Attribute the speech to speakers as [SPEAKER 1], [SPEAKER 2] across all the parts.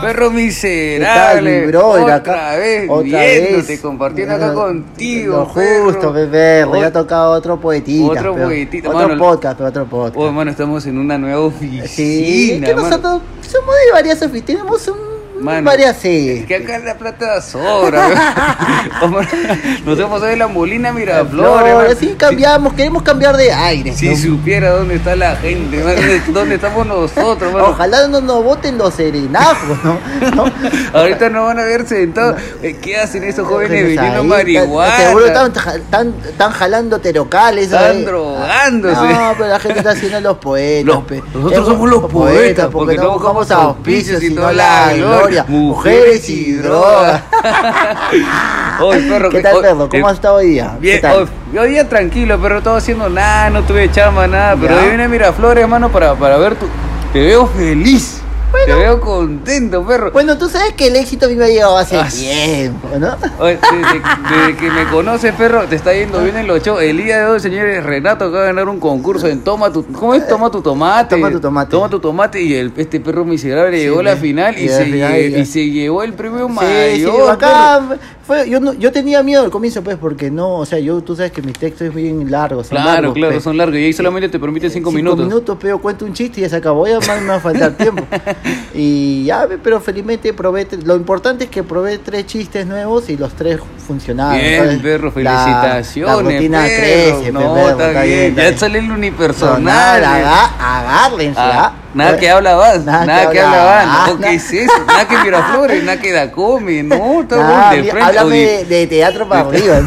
[SPEAKER 1] perro miserable.
[SPEAKER 2] mi brother?
[SPEAKER 1] otra
[SPEAKER 2] Acá-
[SPEAKER 1] vez
[SPEAKER 2] otra
[SPEAKER 1] viéndote,
[SPEAKER 2] vez.
[SPEAKER 1] compartiendo acá
[SPEAKER 2] Ah,
[SPEAKER 1] contigo.
[SPEAKER 2] Lo justo,
[SPEAKER 1] perro.
[SPEAKER 2] bebé.
[SPEAKER 1] Ot-
[SPEAKER 2] Ya ha tocado otro poetita.
[SPEAKER 1] Otro
[SPEAKER 2] pero-
[SPEAKER 1] poetita,
[SPEAKER 2] Otro
[SPEAKER 1] mano.
[SPEAKER 2] podcast, pero otro podcast.
[SPEAKER 1] Oh, hermano, estamos en una nueva oficina.
[SPEAKER 2] sí, es que
[SPEAKER 1] mano.
[SPEAKER 2] nosotros somos de varias oficinas. Tenemos un,
[SPEAKER 1] Mano,
[SPEAKER 2] varias sedes.
[SPEAKER 1] Es que acá la plata sobra. weón. Vamos, Nos hemos pasado de la Molina a Miraflores.
[SPEAKER 2] Flores,
[SPEAKER 1] man.
[SPEAKER 2] sí, cambiamos, queremos cambiar de aire.
[SPEAKER 1] Si,
[SPEAKER 2] ¿no?
[SPEAKER 1] si supiera dónde está la gente, man, dónde estamos nosotros, mano.
[SPEAKER 2] Ojalá no nos voten los serenajos, ¿no? ¿No?
[SPEAKER 1] Ahorita no van a ver sentados. Eh, ¿Qué hacen estos jóvenes
[SPEAKER 2] Jóvenes
[SPEAKER 1] vendiendo
[SPEAKER 2] ahí,
[SPEAKER 1] marihuana?
[SPEAKER 2] tan- Seguro están, ja- están, están jalando terocales.
[SPEAKER 1] Están
[SPEAKER 2] ¿sabes?
[SPEAKER 1] drogándose.
[SPEAKER 2] No, pero la gente está haciendo los poetas.
[SPEAKER 1] Los-
[SPEAKER 2] pe.
[SPEAKER 1] nosotros
[SPEAKER 2] Eh,
[SPEAKER 1] somos los poetas, porque
[SPEAKER 2] porque
[SPEAKER 1] no
[SPEAKER 2] no buscamos
[SPEAKER 1] buscamos
[SPEAKER 2] auspicios,
[SPEAKER 1] auspicios,
[SPEAKER 2] sino la gloria. Mujeres y drogas.
[SPEAKER 1] Oye, perro,
[SPEAKER 2] ¿Qué tal,
[SPEAKER 1] hoy-
[SPEAKER 2] perro?
[SPEAKER 1] eh,
[SPEAKER 2] ¿Cómo has estado hoy día? ¿Qué
[SPEAKER 1] Bien,
[SPEAKER 2] tal?
[SPEAKER 1] hoy, hoy día tranquilo, pero estaba haciendo nada, no tuve chamba, nada. Pero
[SPEAKER 2] Ya.
[SPEAKER 1] hoy vine a Miraflores, hermano, para, para ver tu. Te veo feliz. Te veo contento, perro.
[SPEAKER 2] Bueno, tú sabes que el éxito a mí me ha llegado hace
[SPEAKER 1] Ah, sí.
[SPEAKER 2] tiempo, ¿no?
[SPEAKER 1] Oye, desde, desde que me conoces, perro, te está yendo bien en los shows. El día de hoy, señores, Renato acaba de ganar un concurso en Toma tu... ¿Cómo es? Toma tu tomate.
[SPEAKER 2] Toma tu tomate.
[SPEAKER 1] Toma tu tomate y el, este perro miserable
[SPEAKER 2] Sí,
[SPEAKER 1] llegó a la
[SPEAKER 2] sí.
[SPEAKER 1] final y,
[SPEAKER 2] Llegó a
[SPEAKER 1] se,
[SPEAKER 2] la final
[SPEAKER 1] lle-
[SPEAKER 2] y ya.
[SPEAKER 1] y se llevó el premio
[SPEAKER 2] Sí, sí,
[SPEAKER 1] mayor. perro.
[SPEAKER 2] acá fue, yo, no- yo tenía miedo al comienzo, pues, porque no, o sea, yo, tú sabes que mis textos son bien largos. son
[SPEAKER 1] Claro,
[SPEAKER 2] largos,
[SPEAKER 1] claro,
[SPEAKER 2] pues.
[SPEAKER 1] son largos. Y ahí solamente te permiten cinco, minutos.
[SPEAKER 2] minutos, pero cuento un chiste y ya se acabó. Ya más me va a faltar tiempo. Y ya, ve, pero felizmente probé. tre- Lo importante es que probé tres chistes nuevos y los tres funcionaron.
[SPEAKER 1] Bien,
[SPEAKER 2] Entonces,
[SPEAKER 1] perro,
[SPEAKER 2] Ah, la-
[SPEAKER 1] felicitaciones.
[SPEAKER 2] La, rutina
[SPEAKER 1] perro.
[SPEAKER 2] crece,
[SPEAKER 1] no,
[SPEAKER 2] pe, perro,
[SPEAKER 1] está, bien. Ya sale el
[SPEAKER 2] Personal,
[SPEAKER 1] unipersonal. eh.
[SPEAKER 2] aga- agárrense,
[SPEAKER 1] Ah,
[SPEAKER 2] ¿ah?
[SPEAKER 1] nada
[SPEAKER 2] Eh,
[SPEAKER 1] que habla Vaz, nada, que habla Vaz,
[SPEAKER 2] ah,
[SPEAKER 1] no,
[SPEAKER 2] na-
[SPEAKER 1] ¿qué es eso? Nada que Miraflores, nada que Dacome, no, está
[SPEAKER 2] nada,
[SPEAKER 1] bueno, de
[SPEAKER 2] mira,
[SPEAKER 1] frente.
[SPEAKER 2] háblame
[SPEAKER 1] Oye,
[SPEAKER 2] de, de teatro para arriba.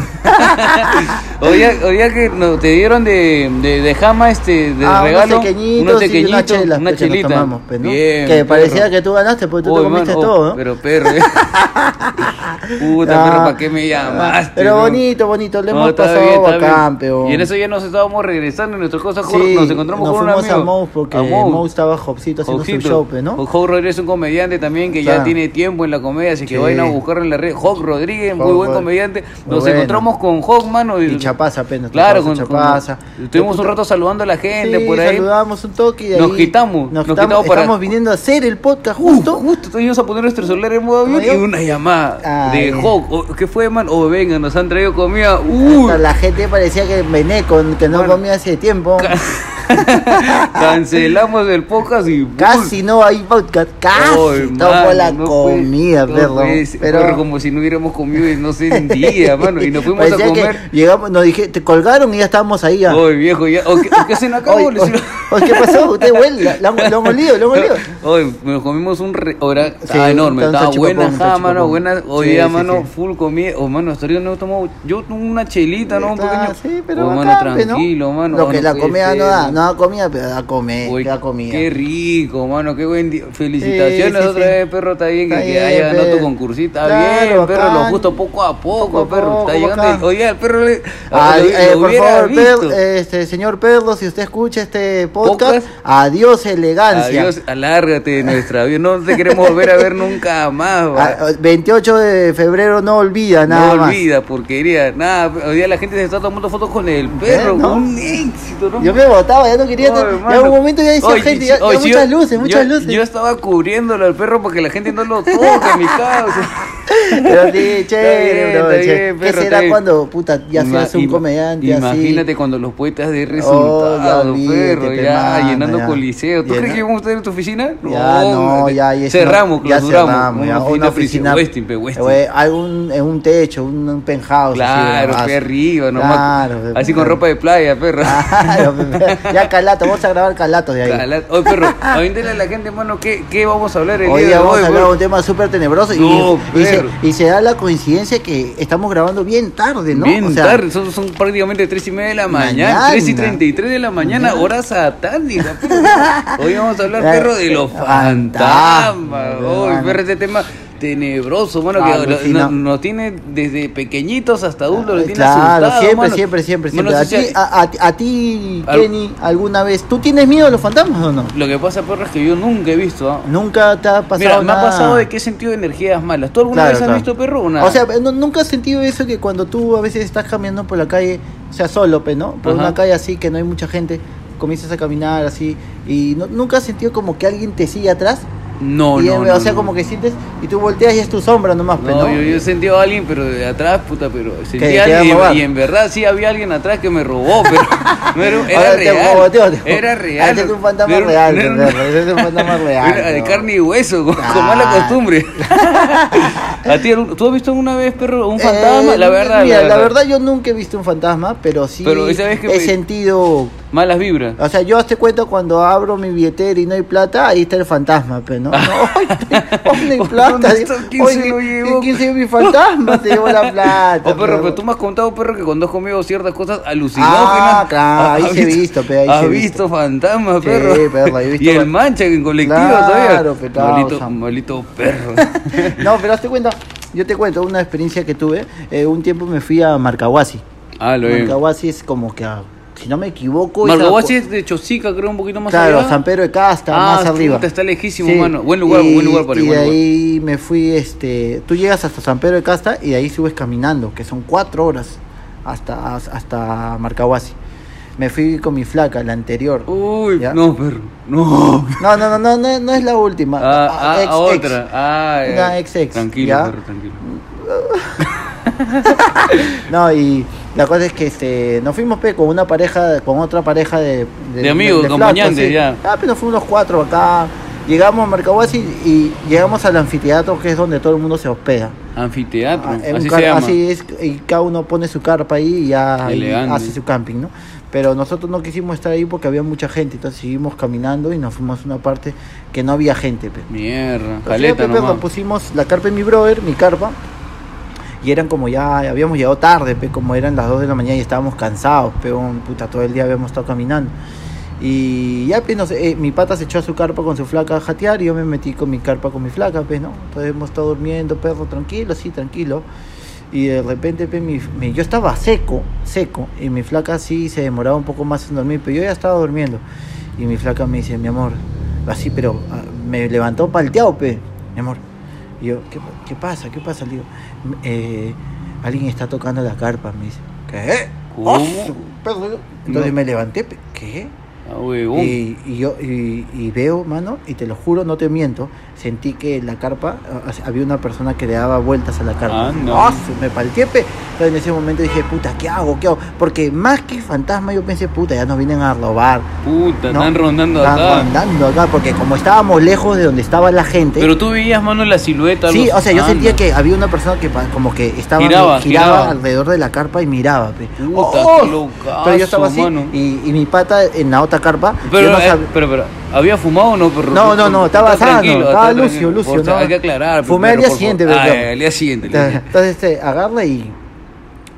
[SPEAKER 1] oye, oye que no, te dieron de, de, de jama este, de
[SPEAKER 2] Ah,
[SPEAKER 1] regalo,
[SPEAKER 2] unos pequeñitos,
[SPEAKER 1] unos
[SPEAKER 2] y
[SPEAKER 1] pequeñitos,
[SPEAKER 2] una, chela,
[SPEAKER 1] una
[SPEAKER 2] pues, que nos
[SPEAKER 1] chelita,
[SPEAKER 2] tomamos, pues, ¿no?
[SPEAKER 1] Bien,
[SPEAKER 2] que
[SPEAKER 1] perro.
[SPEAKER 2] parecía que tú ganaste porque tú
[SPEAKER 1] Uy,
[SPEAKER 2] te comiste
[SPEAKER 1] mano, oh,
[SPEAKER 2] todo, ¿no?
[SPEAKER 1] Pero perro, eh. puta,
[SPEAKER 2] Ah,
[SPEAKER 1] perro, ¿para qué me llamaste?
[SPEAKER 2] Pero
[SPEAKER 1] no?
[SPEAKER 2] bonito, bonito, le
[SPEAKER 1] No,
[SPEAKER 2] hemos
[SPEAKER 1] está
[SPEAKER 2] pasado
[SPEAKER 1] bien, está
[SPEAKER 2] bacán,
[SPEAKER 1] bien.
[SPEAKER 2] peón.
[SPEAKER 1] Y en eso ya nos estábamos regresando y nuestras cosas,
[SPEAKER 2] Sí,
[SPEAKER 1] nos encontramos
[SPEAKER 2] nos
[SPEAKER 1] con un
[SPEAKER 2] fuimos
[SPEAKER 1] amigo.
[SPEAKER 2] a Mouse porque
[SPEAKER 1] A Mouse.
[SPEAKER 2] Mouse estaba jopsito haciendo
[SPEAKER 1] Hawkcito.
[SPEAKER 2] su show, pues, ¿no?
[SPEAKER 1] Hawk Hawk Rodríguez es un comediante también que ya
[SPEAKER 2] Claro.
[SPEAKER 1] tiene tiempo en la comedia, así que
[SPEAKER 2] Sí.
[SPEAKER 1] vayan a buscarlo en la red. Hawk Rodríguez, muy
[SPEAKER 2] Hawk,
[SPEAKER 1] buen
[SPEAKER 2] Hawk.
[SPEAKER 1] comediante.
[SPEAKER 2] Muy
[SPEAKER 1] Nos
[SPEAKER 2] bueno.
[SPEAKER 1] encontramos con Hawk, mano.
[SPEAKER 2] Y Chapaza, apenas.
[SPEAKER 1] Claro, con
[SPEAKER 2] Chapaza, Chapaza.
[SPEAKER 1] Estuvimos un rato saludando a la gente
[SPEAKER 2] Sí,
[SPEAKER 1] por ahí.
[SPEAKER 2] saludamos un toque y de
[SPEAKER 1] Nos
[SPEAKER 2] ahí
[SPEAKER 1] quitamos, nos
[SPEAKER 2] Nos,
[SPEAKER 1] quitamos
[SPEAKER 2] quitamos,
[SPEAKER 1] para-
[SPEAKER 2] Estamos viniendo a hacer el podcast
[SPEAKER 1] Uh,
[SPEAKER 2] justo.
[SPEAKER 1] justo, tuvimos a poner nuestro celular en modo avión y
[SPEAKER 2] Ay, yo-
[SPEAKER 1] una llamada
[SPEAKER 2] Ay.
[SPEAKER 1] de Hawk. O- ¿Qué fue, man? Oh, venga, nos han traído comida. Uy,
[SPEAKER 2] Hasta La gente parecía que vené con que no
[SPEAKER 1] uh. Bueno.
[SPEAKER 2] comía hace tiempo.
[SPEAKER 1] cancelamos el podcast y
[SPEAKER 2] Casi no hay podcast.
[SPEAKER 1] Ay,
[SPEAKER 2] Casi
[SPEAKER 1] mano,
[SPEAKER 2] tomo la
[SPEAKER 1] no fue-
[SPEAKER 2] comida,
[SPEAKER 1] no
[SPEAKER 2] perro.
[SPEAKER 1] fue ese-
[SPEAKER 2] Pero
[SPEAKER 1] perro, como si no hubiéramos comido en no sé en día, mano. Y nos fuimos a
[SPEAKER 2] parecía que
[SPEAKER 1] comer.
[SPEAKER 2] llegamos, nos dije, te colgaron y ya estábamos ahí ya.
[SPEAKER 1] Oye, viejo, ya. ¿O qué, o qué hacen acá,
[SPEAKER 2] Oye,
[SPEAKER 1] boludo? Si
[SPEAKER 2] oye, oye, ¿Qué pasó? Usted huele, lo han- lo han olido, lo han olido.
[SPEAKER 1] Oye, nos comimos un re... Ahora,
[SPEAKER 2] Sí,
[SPEAKER 1] estaba enorme,
[SPEAKER 2] un
[SPEAKER 1] estaba
[SPEAKER 2] salchipapón,
[SPEAKER 1] buena,
[SPEAKER 2] un
[SPEAKER 1] ja, mano,
[SPEAKER 2] salchipapón.
[SPEAKER 1] buena. Hoy
[SPEAKER 2] Sí,
[SPEAKER 1] día,
[SPEAKER 2] sí,
[SPEAKER 1] mano,
[SPEAKER 2] sí.
[SPEAKER 1] full comida. Oh, mano, hasta ahorita no he tomado. Yo tomo una chelita, ¿no? Un
[SPEAKER 2] Está,
[SPEAKER 1] pequeño.
[SPEAKER 2] Sí, pero
[SPEAKER 1] oh, mano,
[SPEAKER 2] bacán, pues, ¿no?
[SPEAKER 1] tranquilo, mano.
[SPEAKER 2] Lo
[SPEAKER 1] Oh,
[SPEAKER 2] que
[SPEAKER 1] no
[SPEAKER 2] la
[SPEAKER 1] puede
[SPEAKER 2] comida no
[SPEAKER 1] ser,
[SPEAKER 2] da,
[SPEAKER 1] man.
[SPEAKER 2] no da comida, pero da comer,
[SPEAKER 1] Uy,
[SPEAKER 2] da comida.
[SPEAKER 1] Qué rico, mano, qué buen día. Felicitaciones
[SPEAKER 2] Sí, sí,
[SPEAKER 1] otra
[SPEAKER 2] sí.
[SPEAKER 1] vez, perro, está bien que,
[SPEAKER 2] Está
[SPEAKER 1] que
[SPEAKER 2] bien,
[SPEAKER 1] haya ganado tu
[SPEAKER 2] pe.
[SPEAKER 1] concursita. Ah,
[SPEAKER 2] Claro,
[SPEAKER 1] bien, perro, lo
[SPEAKER 2] bacán.
[SPEAKER 1] justo poco a poco,
[SPEAKER 2] Poco a
[SPEAKER 1] perro.
[SPEAKER 2] poco,
[SPEAKER 1] está llegando.
[SPEAKER 2] bacán.
[SPEAKER 1] Oye, el perro le-
[SPEAKER 2] Ah,
[SPEAKER 1] lo-
[SPEAKER 2] eh,
[SPEAKER 1] lo
[SPEAKER 2] por
[SPEAKER 1] hubiera
[SPEAKER 2] favor,
[SPEAKER 1] visto.
[SPEAKER 2] Perl- este, señor Perlo, si usted escucha este podcast,
[SPEAKER 1] Podcast.
[SPEAKER 2] adiós elegancia.
[SPEAKER 1] Adiós, alárgate de nuestra vida. No te queremos volver a ver nunca más. va.
[SPEAKER 2] Ah, 28 de febrero no olvida nada
[SPEAKER 1] no
[SPEAKER 2] más.
[SPEAKER 1] olvida, porquería. Nada, hoy día la gente se está tomando fotos con el perro.
[SPEAKER 2] ¿Eh? ¿no?
[SPEAKER 1] Un éxito, ¿no?
[SPEAKER 2] Yo me botaba, ya no quería.
[SPEAKER 1] Oye,
[SPEAKER 2] en
[SPEAKER 1] mano.
[SPEAKER 2] algún momento ya decía
[SPEAKER 1] Oye,
[SPEAKER 2] gente,
[SPEAKER 1] sí,
[SPEAKER 2] ya, ya
[SPEAKER 1] oye, sí,
[SPEAKER 2] muchas
[SPEAKER 1] yo-
[SPEAKER 2] luces, muchas
[SPEAKER 1] yo-
[SPEAKER 2] luces.
[SPEAKER 1] Yo estaba cubriéndolo al perro porque la gente no lo toca, mi causa.
[SPEAKER 2] Pero sí,
[SPEAKER 1] bien,
[SPEAKER 2] chévere, bro,
[SPEAKER 1] está
[SPEAKER 2] chévere.
[SPEAKER 1] bien,
[SPEAKER 2] ¿Qué
[SPEAKER 1] perro, está
[SPEAKER 2] será
[SPEAKER 1] bien.
[SPEAKER 2] cuando, puta, ya
[SPEAKER 1] Ima-
[SPEAKER 2] seas un
[SPEAKER 1] ima-
[SPEAKER 2] comediante
[SPEAKER 1] Imagínate
[SPEAKER 2] así? Oh,
[SPEAKER 1] cuando los poetas de
[SPEAKER 2] ya
[SPEAKER 1] resultados,
[SPEAKER 2] olvídate,
[SPEAKER 1] perro,
[SPEAKER 2] pe,
[SPEAKER 1] ya
[SPEAKER 2] mano,
[SPEAKER 1] llenando
[SPEAKER 2] ya.
[SPEAKER 1] coliseo. ¿Tú
[SPEAKER 2] Llena-
[SPEAKER 1] crees que vamos a estar en tu oficina?
[SPEAKER 2] Ya, no,
[SPEAKER 1] hombre.
[SPEAKER 2] ya, ahí es-
[SPEAKER 1] cerramos,
[SPEAKER 2] ya
[SPEAKER 1] clausuramos.
[SPEAKER 2] cerramos, ya,
[SPEAKER 1] Una oficina Westin, pe, Westin.
[SPEAKER 2] eh, algún, en un techo, un, un penthouse. así,
[SPEAKER 1] Claro,
[SPEAKER 2] bravazo.
[SPEAKER 1] pe, arriba, nomás.
[SPEAKER 2] Claro, pe,
[SPEAKER 1] Así con
[SPEAKER 2] claro.
[SPEAKER 1] ropa de playa, perro.
[SPEAKER 2] Claro, pe- ya calato, vamos a grabar calato de ahí.
[SPEAKER 1] Cala- Oye, perro, avíntale a la gente, mano, ¿qué, qué vamos a hablar el día
[SPEAKER 2] Hoy
[SPEAKER 1] de
[SPEAKER 2] día vamos
[SPEAKER 1] hoy,
[SPEAKER 2] a hablar de
[SPEAKER 1] perro?
[SPEAKER 2] un tema súper tenebroso y,
[SPEAKER 1] No,
[SPEAKER 2] y se,
[SPEAKER 1] perro.
[SPEAKER 2] y se da la coincidencia que estamos grabando bien tarde, ¿no?
[SPEAKER 1] Bien
[SPEAKER 2] O sea,
[SPEAKER 1] tarde, son, son prácticamente 3 y media de la mañana,
[SPEAKER 2] Mañana.
[SPEAKER 1] 3 y 33 de la mañana, hora satánica. perro. Hoy vamos a hablar,
[SPEAKER 2] Eh,
[SPEAKER 1] perro, de los fantasmas.
[SPEAKER 2] fantasmas,
[SPEAKER 1] Hoy,
[SPEAKER 2] hermano. Ah,
[SPEAKER 1] perro, este tema tenebroso, mano, que lo-
[SPEAKER 2] Alucina. Ah,
[SPEAKER 1] no- nos tiene desde pequeñitos hasta adultos, lo tiene
[SPEAKER 2] eh, Claro,
[SPEAKER 1] asustado,
[SPEAKER 2] siempre,
[SPEAKER 1] mano.
[SPEAKER 2] siempre, siempre,
[SPEAKER 1] Mano, no
[SPEAKER 2] siempre. A
[SPEAKER 1] sé si
[SPEAKER 2] ti, a, a- a ti,
[SPEAKER 1] Al-
[SPEAKER 2] Kenny, alguna vez, ¿tú tienes miedo a los fantasmas o no?
[SPEAKER 1] Lo que pasa, perro, es que yo nunca he visto. ¿ah?
[SPEAKER 2] Nunca te ha pasado
[SPEAKER 1] Mira, me ha
[SPEAKER 2] nada?
[SPEAKER 1] pasado de que he sentido energías malas. ¿Tú alguna
[SPEAKER 2] Claro,
[SPEAKER 1] vez has
[SPEAKER 2] claro.
[SPEAKER 1] visto, perro, o nada?
[SPEAKER 2] O sea, no- nunca has sentido eso que cuando tú a veces estás caminando por la calle, o sea, solo, pe, ¿no? Por
[SPEAKER 1] Ajá.
[SPEAKER 2] una calle así que no hay mucha gente, comienzas a caminar así y no- nunca has sentido como que alguien te sigue atrás.
[SPEAKER 1] No,
[SPEAKER 2] Y,
[SPEAKER 1] no,
[SPEAKER 2] eh,
[SPEAKER 1] no,
[SPEAKER 2] O sea,
[SPEAKER 1] no.
[SPEAKER 2] como que sientes y tú volteas y es tu sombra nomás, pues,
[SPEAKER 1] No,
[SPEAKER 2] ¿no?
[SPEAKER 1] yo, yo sentí a alguien, pero de atrás, puta, pero sentí
[SPEAKER 2] te
[SPEAKER 1] a
[SPEAKER 2] iban a
[SPEAKER 1] alguien
[SPEAKER 2] robar.
[SPEAKER 1] y, en verdad sí había alguien atrás que me robó, pero, pero era,
[SPEAKER 2] Ahora te
[SPEAKER 1] real,
[SPEAKER 2] boteo, te-
[SPEAKER 1] era real.
[SPEAKER 2] Ese es un fantasma
[SPEAKER 1] Pero-
[SPEAKER 2] real,
[SPEAKER 1] no, no,
[SPEAKER 2] pendejo, ese es un fantasma real,
[SPEAKER 1] Era de
[SPEAKER 2] no. Ah.
[SPEAKER 1] carne y hueso, con, con mala costumbre. a ti, ¿tú has visto alguna vez, perro, un fantasma?
[SPEAKER 2] Eh,
[SPEAKER 1] la verdad,
[SPEAKER 2] mira, la verdad yo nunca he visto un fantasma, pero sí
[SPEAKER 1] Pero esa vez que
[SPEAKER 2] he
[SPEAKER 1] me-
[SPEAKER 2] sentido
[SPEAKER 1] Malas vibras.
[SPEAKER 2] O sea, yo te cuento cuando abro mi billetera y no hay plata, ahí está el fantasma, pero no. No, hoy, hoy no hay plata.
[SPEAKER 1] ¿Dónde está? ¿Quién
[SPEAKER 2] Hoy
[SPEAKER 1] se lo llevó?
[SPEAKER 2] ¿Quién se llevó mi fantasma? Se llevó la plata.
[SPEAKER 1] Oh, perro,
[SPEAKER 2] pero-
[SPEAKER 1] pero tú me has contado, perro, que cuando has comido ciertas cosas alucinógenas.
[SPEAKER 2] Ah, claro, ahí
[SPEAKER 1] has
[SPEAKER 2] sí he visto, pe, ahí sí
[SPEAKER 1] Has
[SPEAKER 2] he
[SPEAKER 1] visto,
[SPEAKER 2] visto.
[SPEAKER 1] fantasmas,
[SPEAKER 2] Sí,
[SPEAKER 1] perro.
[SPEAKER 2] perro, he visto
[SPEAKER 1] Y el
[SPEAKER 2] fan-
[SPEAKER 1] mancha en colectivo
[SPEAKER 2] Claro,
[SPEAKER 1] todavía.
[SPEAKER 2] pe, claro,
[SPEAKER 1] malito,
[SPEAKER 2] Sam.
[SPEAKER 1] malito perro.
[SPEAKER 2] No, pero hazte cuenta, yo te cuento una experiencia que tuve. Eh, un tiempo me fui a Marcahuasi.
[SPEAKER 1] ah, lo vi.
[SPEAKER 2] Marcahuasi es como que, a- si no me equivoco... es a-
[SPEAKER 1] Marcahuasi es de Chosica, creo, un poquito más
[SPEAKER 2] Claro,
[SPEAKER 1] allá.
[SPEAKER 2] San Pedro de Casta,
[SPEAKER 1] Ah,
[SPEAKER 2] más arriba.
[SPEAKER 1] puta, está lejísimo, mano. Buen lugar, buen lugar para
[SPEAKER 2] y
[SPEAKER 1] ir,
[SPEAKER 2] de
[SPEAKER 1] buen lugar.
[SPEAKER 2] ahí me fui, este, tú llegas hasta San Pedro de Casta y de ahí subes caminando, que son cuatro horas hasta, hasta Marcahuasi. Me fui con mi flaca, la anterior.
[SPEAKER 1] Uy,
[SPEAKER 2] ¿Ya?
[SPEAKER 1] no, perro. No.
[SPEAKER 2] No, no, no, no, no, no es la última.
[SPEAKER 1] Ah, ah,
[SPEAKER 2] ex,
[SPEAKER 1] a
[SPEAKER 2] ex.
[SPEAKER 1] otra. Ah, eh.
[SPEAKER 2] Una ex, ex,
[SPEAKER 1] Tranquilo,
[SPEAKER 2] ¿ya?
[SPEAKER 1] perro, tranquilo.
[SPEAKER 2] No, y la cosa es que este, nos fuimos pe, con una pareja, con otra pareja de,
[SPEAKER 1] De amigos,
[SPEAKER 2] flacos,
[SPEAKER 1] acompañantes,
[SPEAKER 2] sí.
[SPEAKER 1] ya.
[SPEAKER 2] Ah, pero fuimos los cuatro acá. Llegamos a Marcahuasi y llegamos al anfiteatro que es donde todo el mundo se hospeda.
[SPEAKER 1] Anfiteatro,
[SPEAKER 2] Ah, en un
[SPEAKER 1] así
[SPEAKER 2] car-
[SPEAKER 1] se llama.
[SPEAKER 2] así es, y cada uno pone su carpa ahí y ya ahí
[SPEAKER 1] Elegante.
[SPEAKER 2] hace su camping, ¿no? Pero nosotros no quisimos estar ahí porque había mucha gente, entonces seguimos caminando y nos fuimos a una parte que no había gente. pe.
[SPEAKER 1] Mierda,
[SPEAKER 2] Pero
[SPEAKER 1] caleta
[SPEAKER 2] fíjate, pues,
[SPEAKER 1] nomás.
[SPEAKER 2] pusimos la carpa de mi brother, mi carpa. Y eran como ya, habíamos llegado tarde, pe, como eran las 2 de la mañana y estábamos cansados, peón, puta, todo el día habíamos estado caminando. Y ya, pues, no sé, eh, mi pata se echó a su carpa con su flaca a jatear y yo me metí con mi carpa con mi flaca, pues, ¿no? Entonces hemos estado durmiendo, perro, tranquilo, sí, tranquilo. Y de repente, pe, mi- mi- yo estaba seco, seco, y mi flaca sí se demoraba un poco más en dormir, pero yo ya estaba durmiendo. Y mi flaca me dice, mi amor, así, pero ah, me levantó palteado, pe, mi amor. Y yo, ¿qué, pa- qué pasa? ¿Qué pasa? Le digo, "M- eh, alguien está tocando la carpa, me dice. ¿Qué?
[SPEAKER 1] ¿Cómo?
[SPEAKER 2] "Ah, su perro". Entonces
[SPEAKER 1] No.
[SPEAKER 2] me levanté, pe, ¿qué?
[SPEAKER 1] Ah, huevón.
[SPEAKER 2] Y, y yo y, y veo, mano, y te lo juro, no te miento, sentí que la carpa, o sea, había una persona que le daba vueltas a la carpa.
[SPEAKER 1] Ah, no.
[SPEAKER 2] ¡Ah, su- me palteé, pe. Entonces en ese momento dije, puta, ¿qué hago? ¿Qué hago? Porque más que fantasma, yo pensé, puta, ya nos vienen a robar.
[SPEAKER 1] Puta,
[SPEAKER 2] ¿no?
[SPEAKER 1] están rondando
[SPEAKER 2] Están
[SPEAKER 1] acá.
[SPEAKER 2] rondando acá, porque como estábamos lejos de donde estaba la gente.
[SPEAKER 1] Pero tú veías, mano, la silueta.
[SPEAKER 2] Sí,
[SPEAKER 1] los-
[SPEAKER 2] o sea, yo
[SPEAKER 1] Ah,
[SPEAKER 2] sentía
[SPEAKER 1] no.
[SPEAKER 2] que había una persona que pa- como que estaba
[SPEAKER 1] Giraba, giraba.
[SPEAKER 2] alrededor de la carpa y miraba. pe. ¡Oh!
[SPEAKER 1] Puta, qué locazo,
[SPEAKER 2] pero yo estaba así
[SPEAKER 1] mano.
[SPEAKER 2] y, y mi pata en la otra carpa.
[SPEAKER 1] Pero,
[SPEAKER 2] yo no
[SPEAKER 1] eh,
[SPEAKER 2] sab-
[SPEAKER 1] pero, pero, ¿había fumado o no? Pero,
[SPEAKER 2] No, no, no, estaba
[SPEAKER 1] está
[SPEAKER 2] sano,
[SPEAKER 1] tranquilo,
[SPEAKER 2] estaba
[SPEAKER 1] está
[SPEAKER 2] lucio,
[SPEAKER 1] tranquilo.
[SPEAKER 2] lucio,
[SPEAKER 1] Por-
[SPEAKER 2] no.
[SPEAKER 1] Hay que aclarar.
[SPEAKER 2] Fumé al
[SPEAKER 1] primero,
[SPEAKER 2] día
[SPEAKER 1] por favor.
[SPEAKER 2] siguiente,
[SPEAKER 1] Ah,
[SPEAKER 2] pero-
[SPEAKER 1] eh, al día siguiente. le dije.
[SPEAKER 2] Entonces este, agarra y,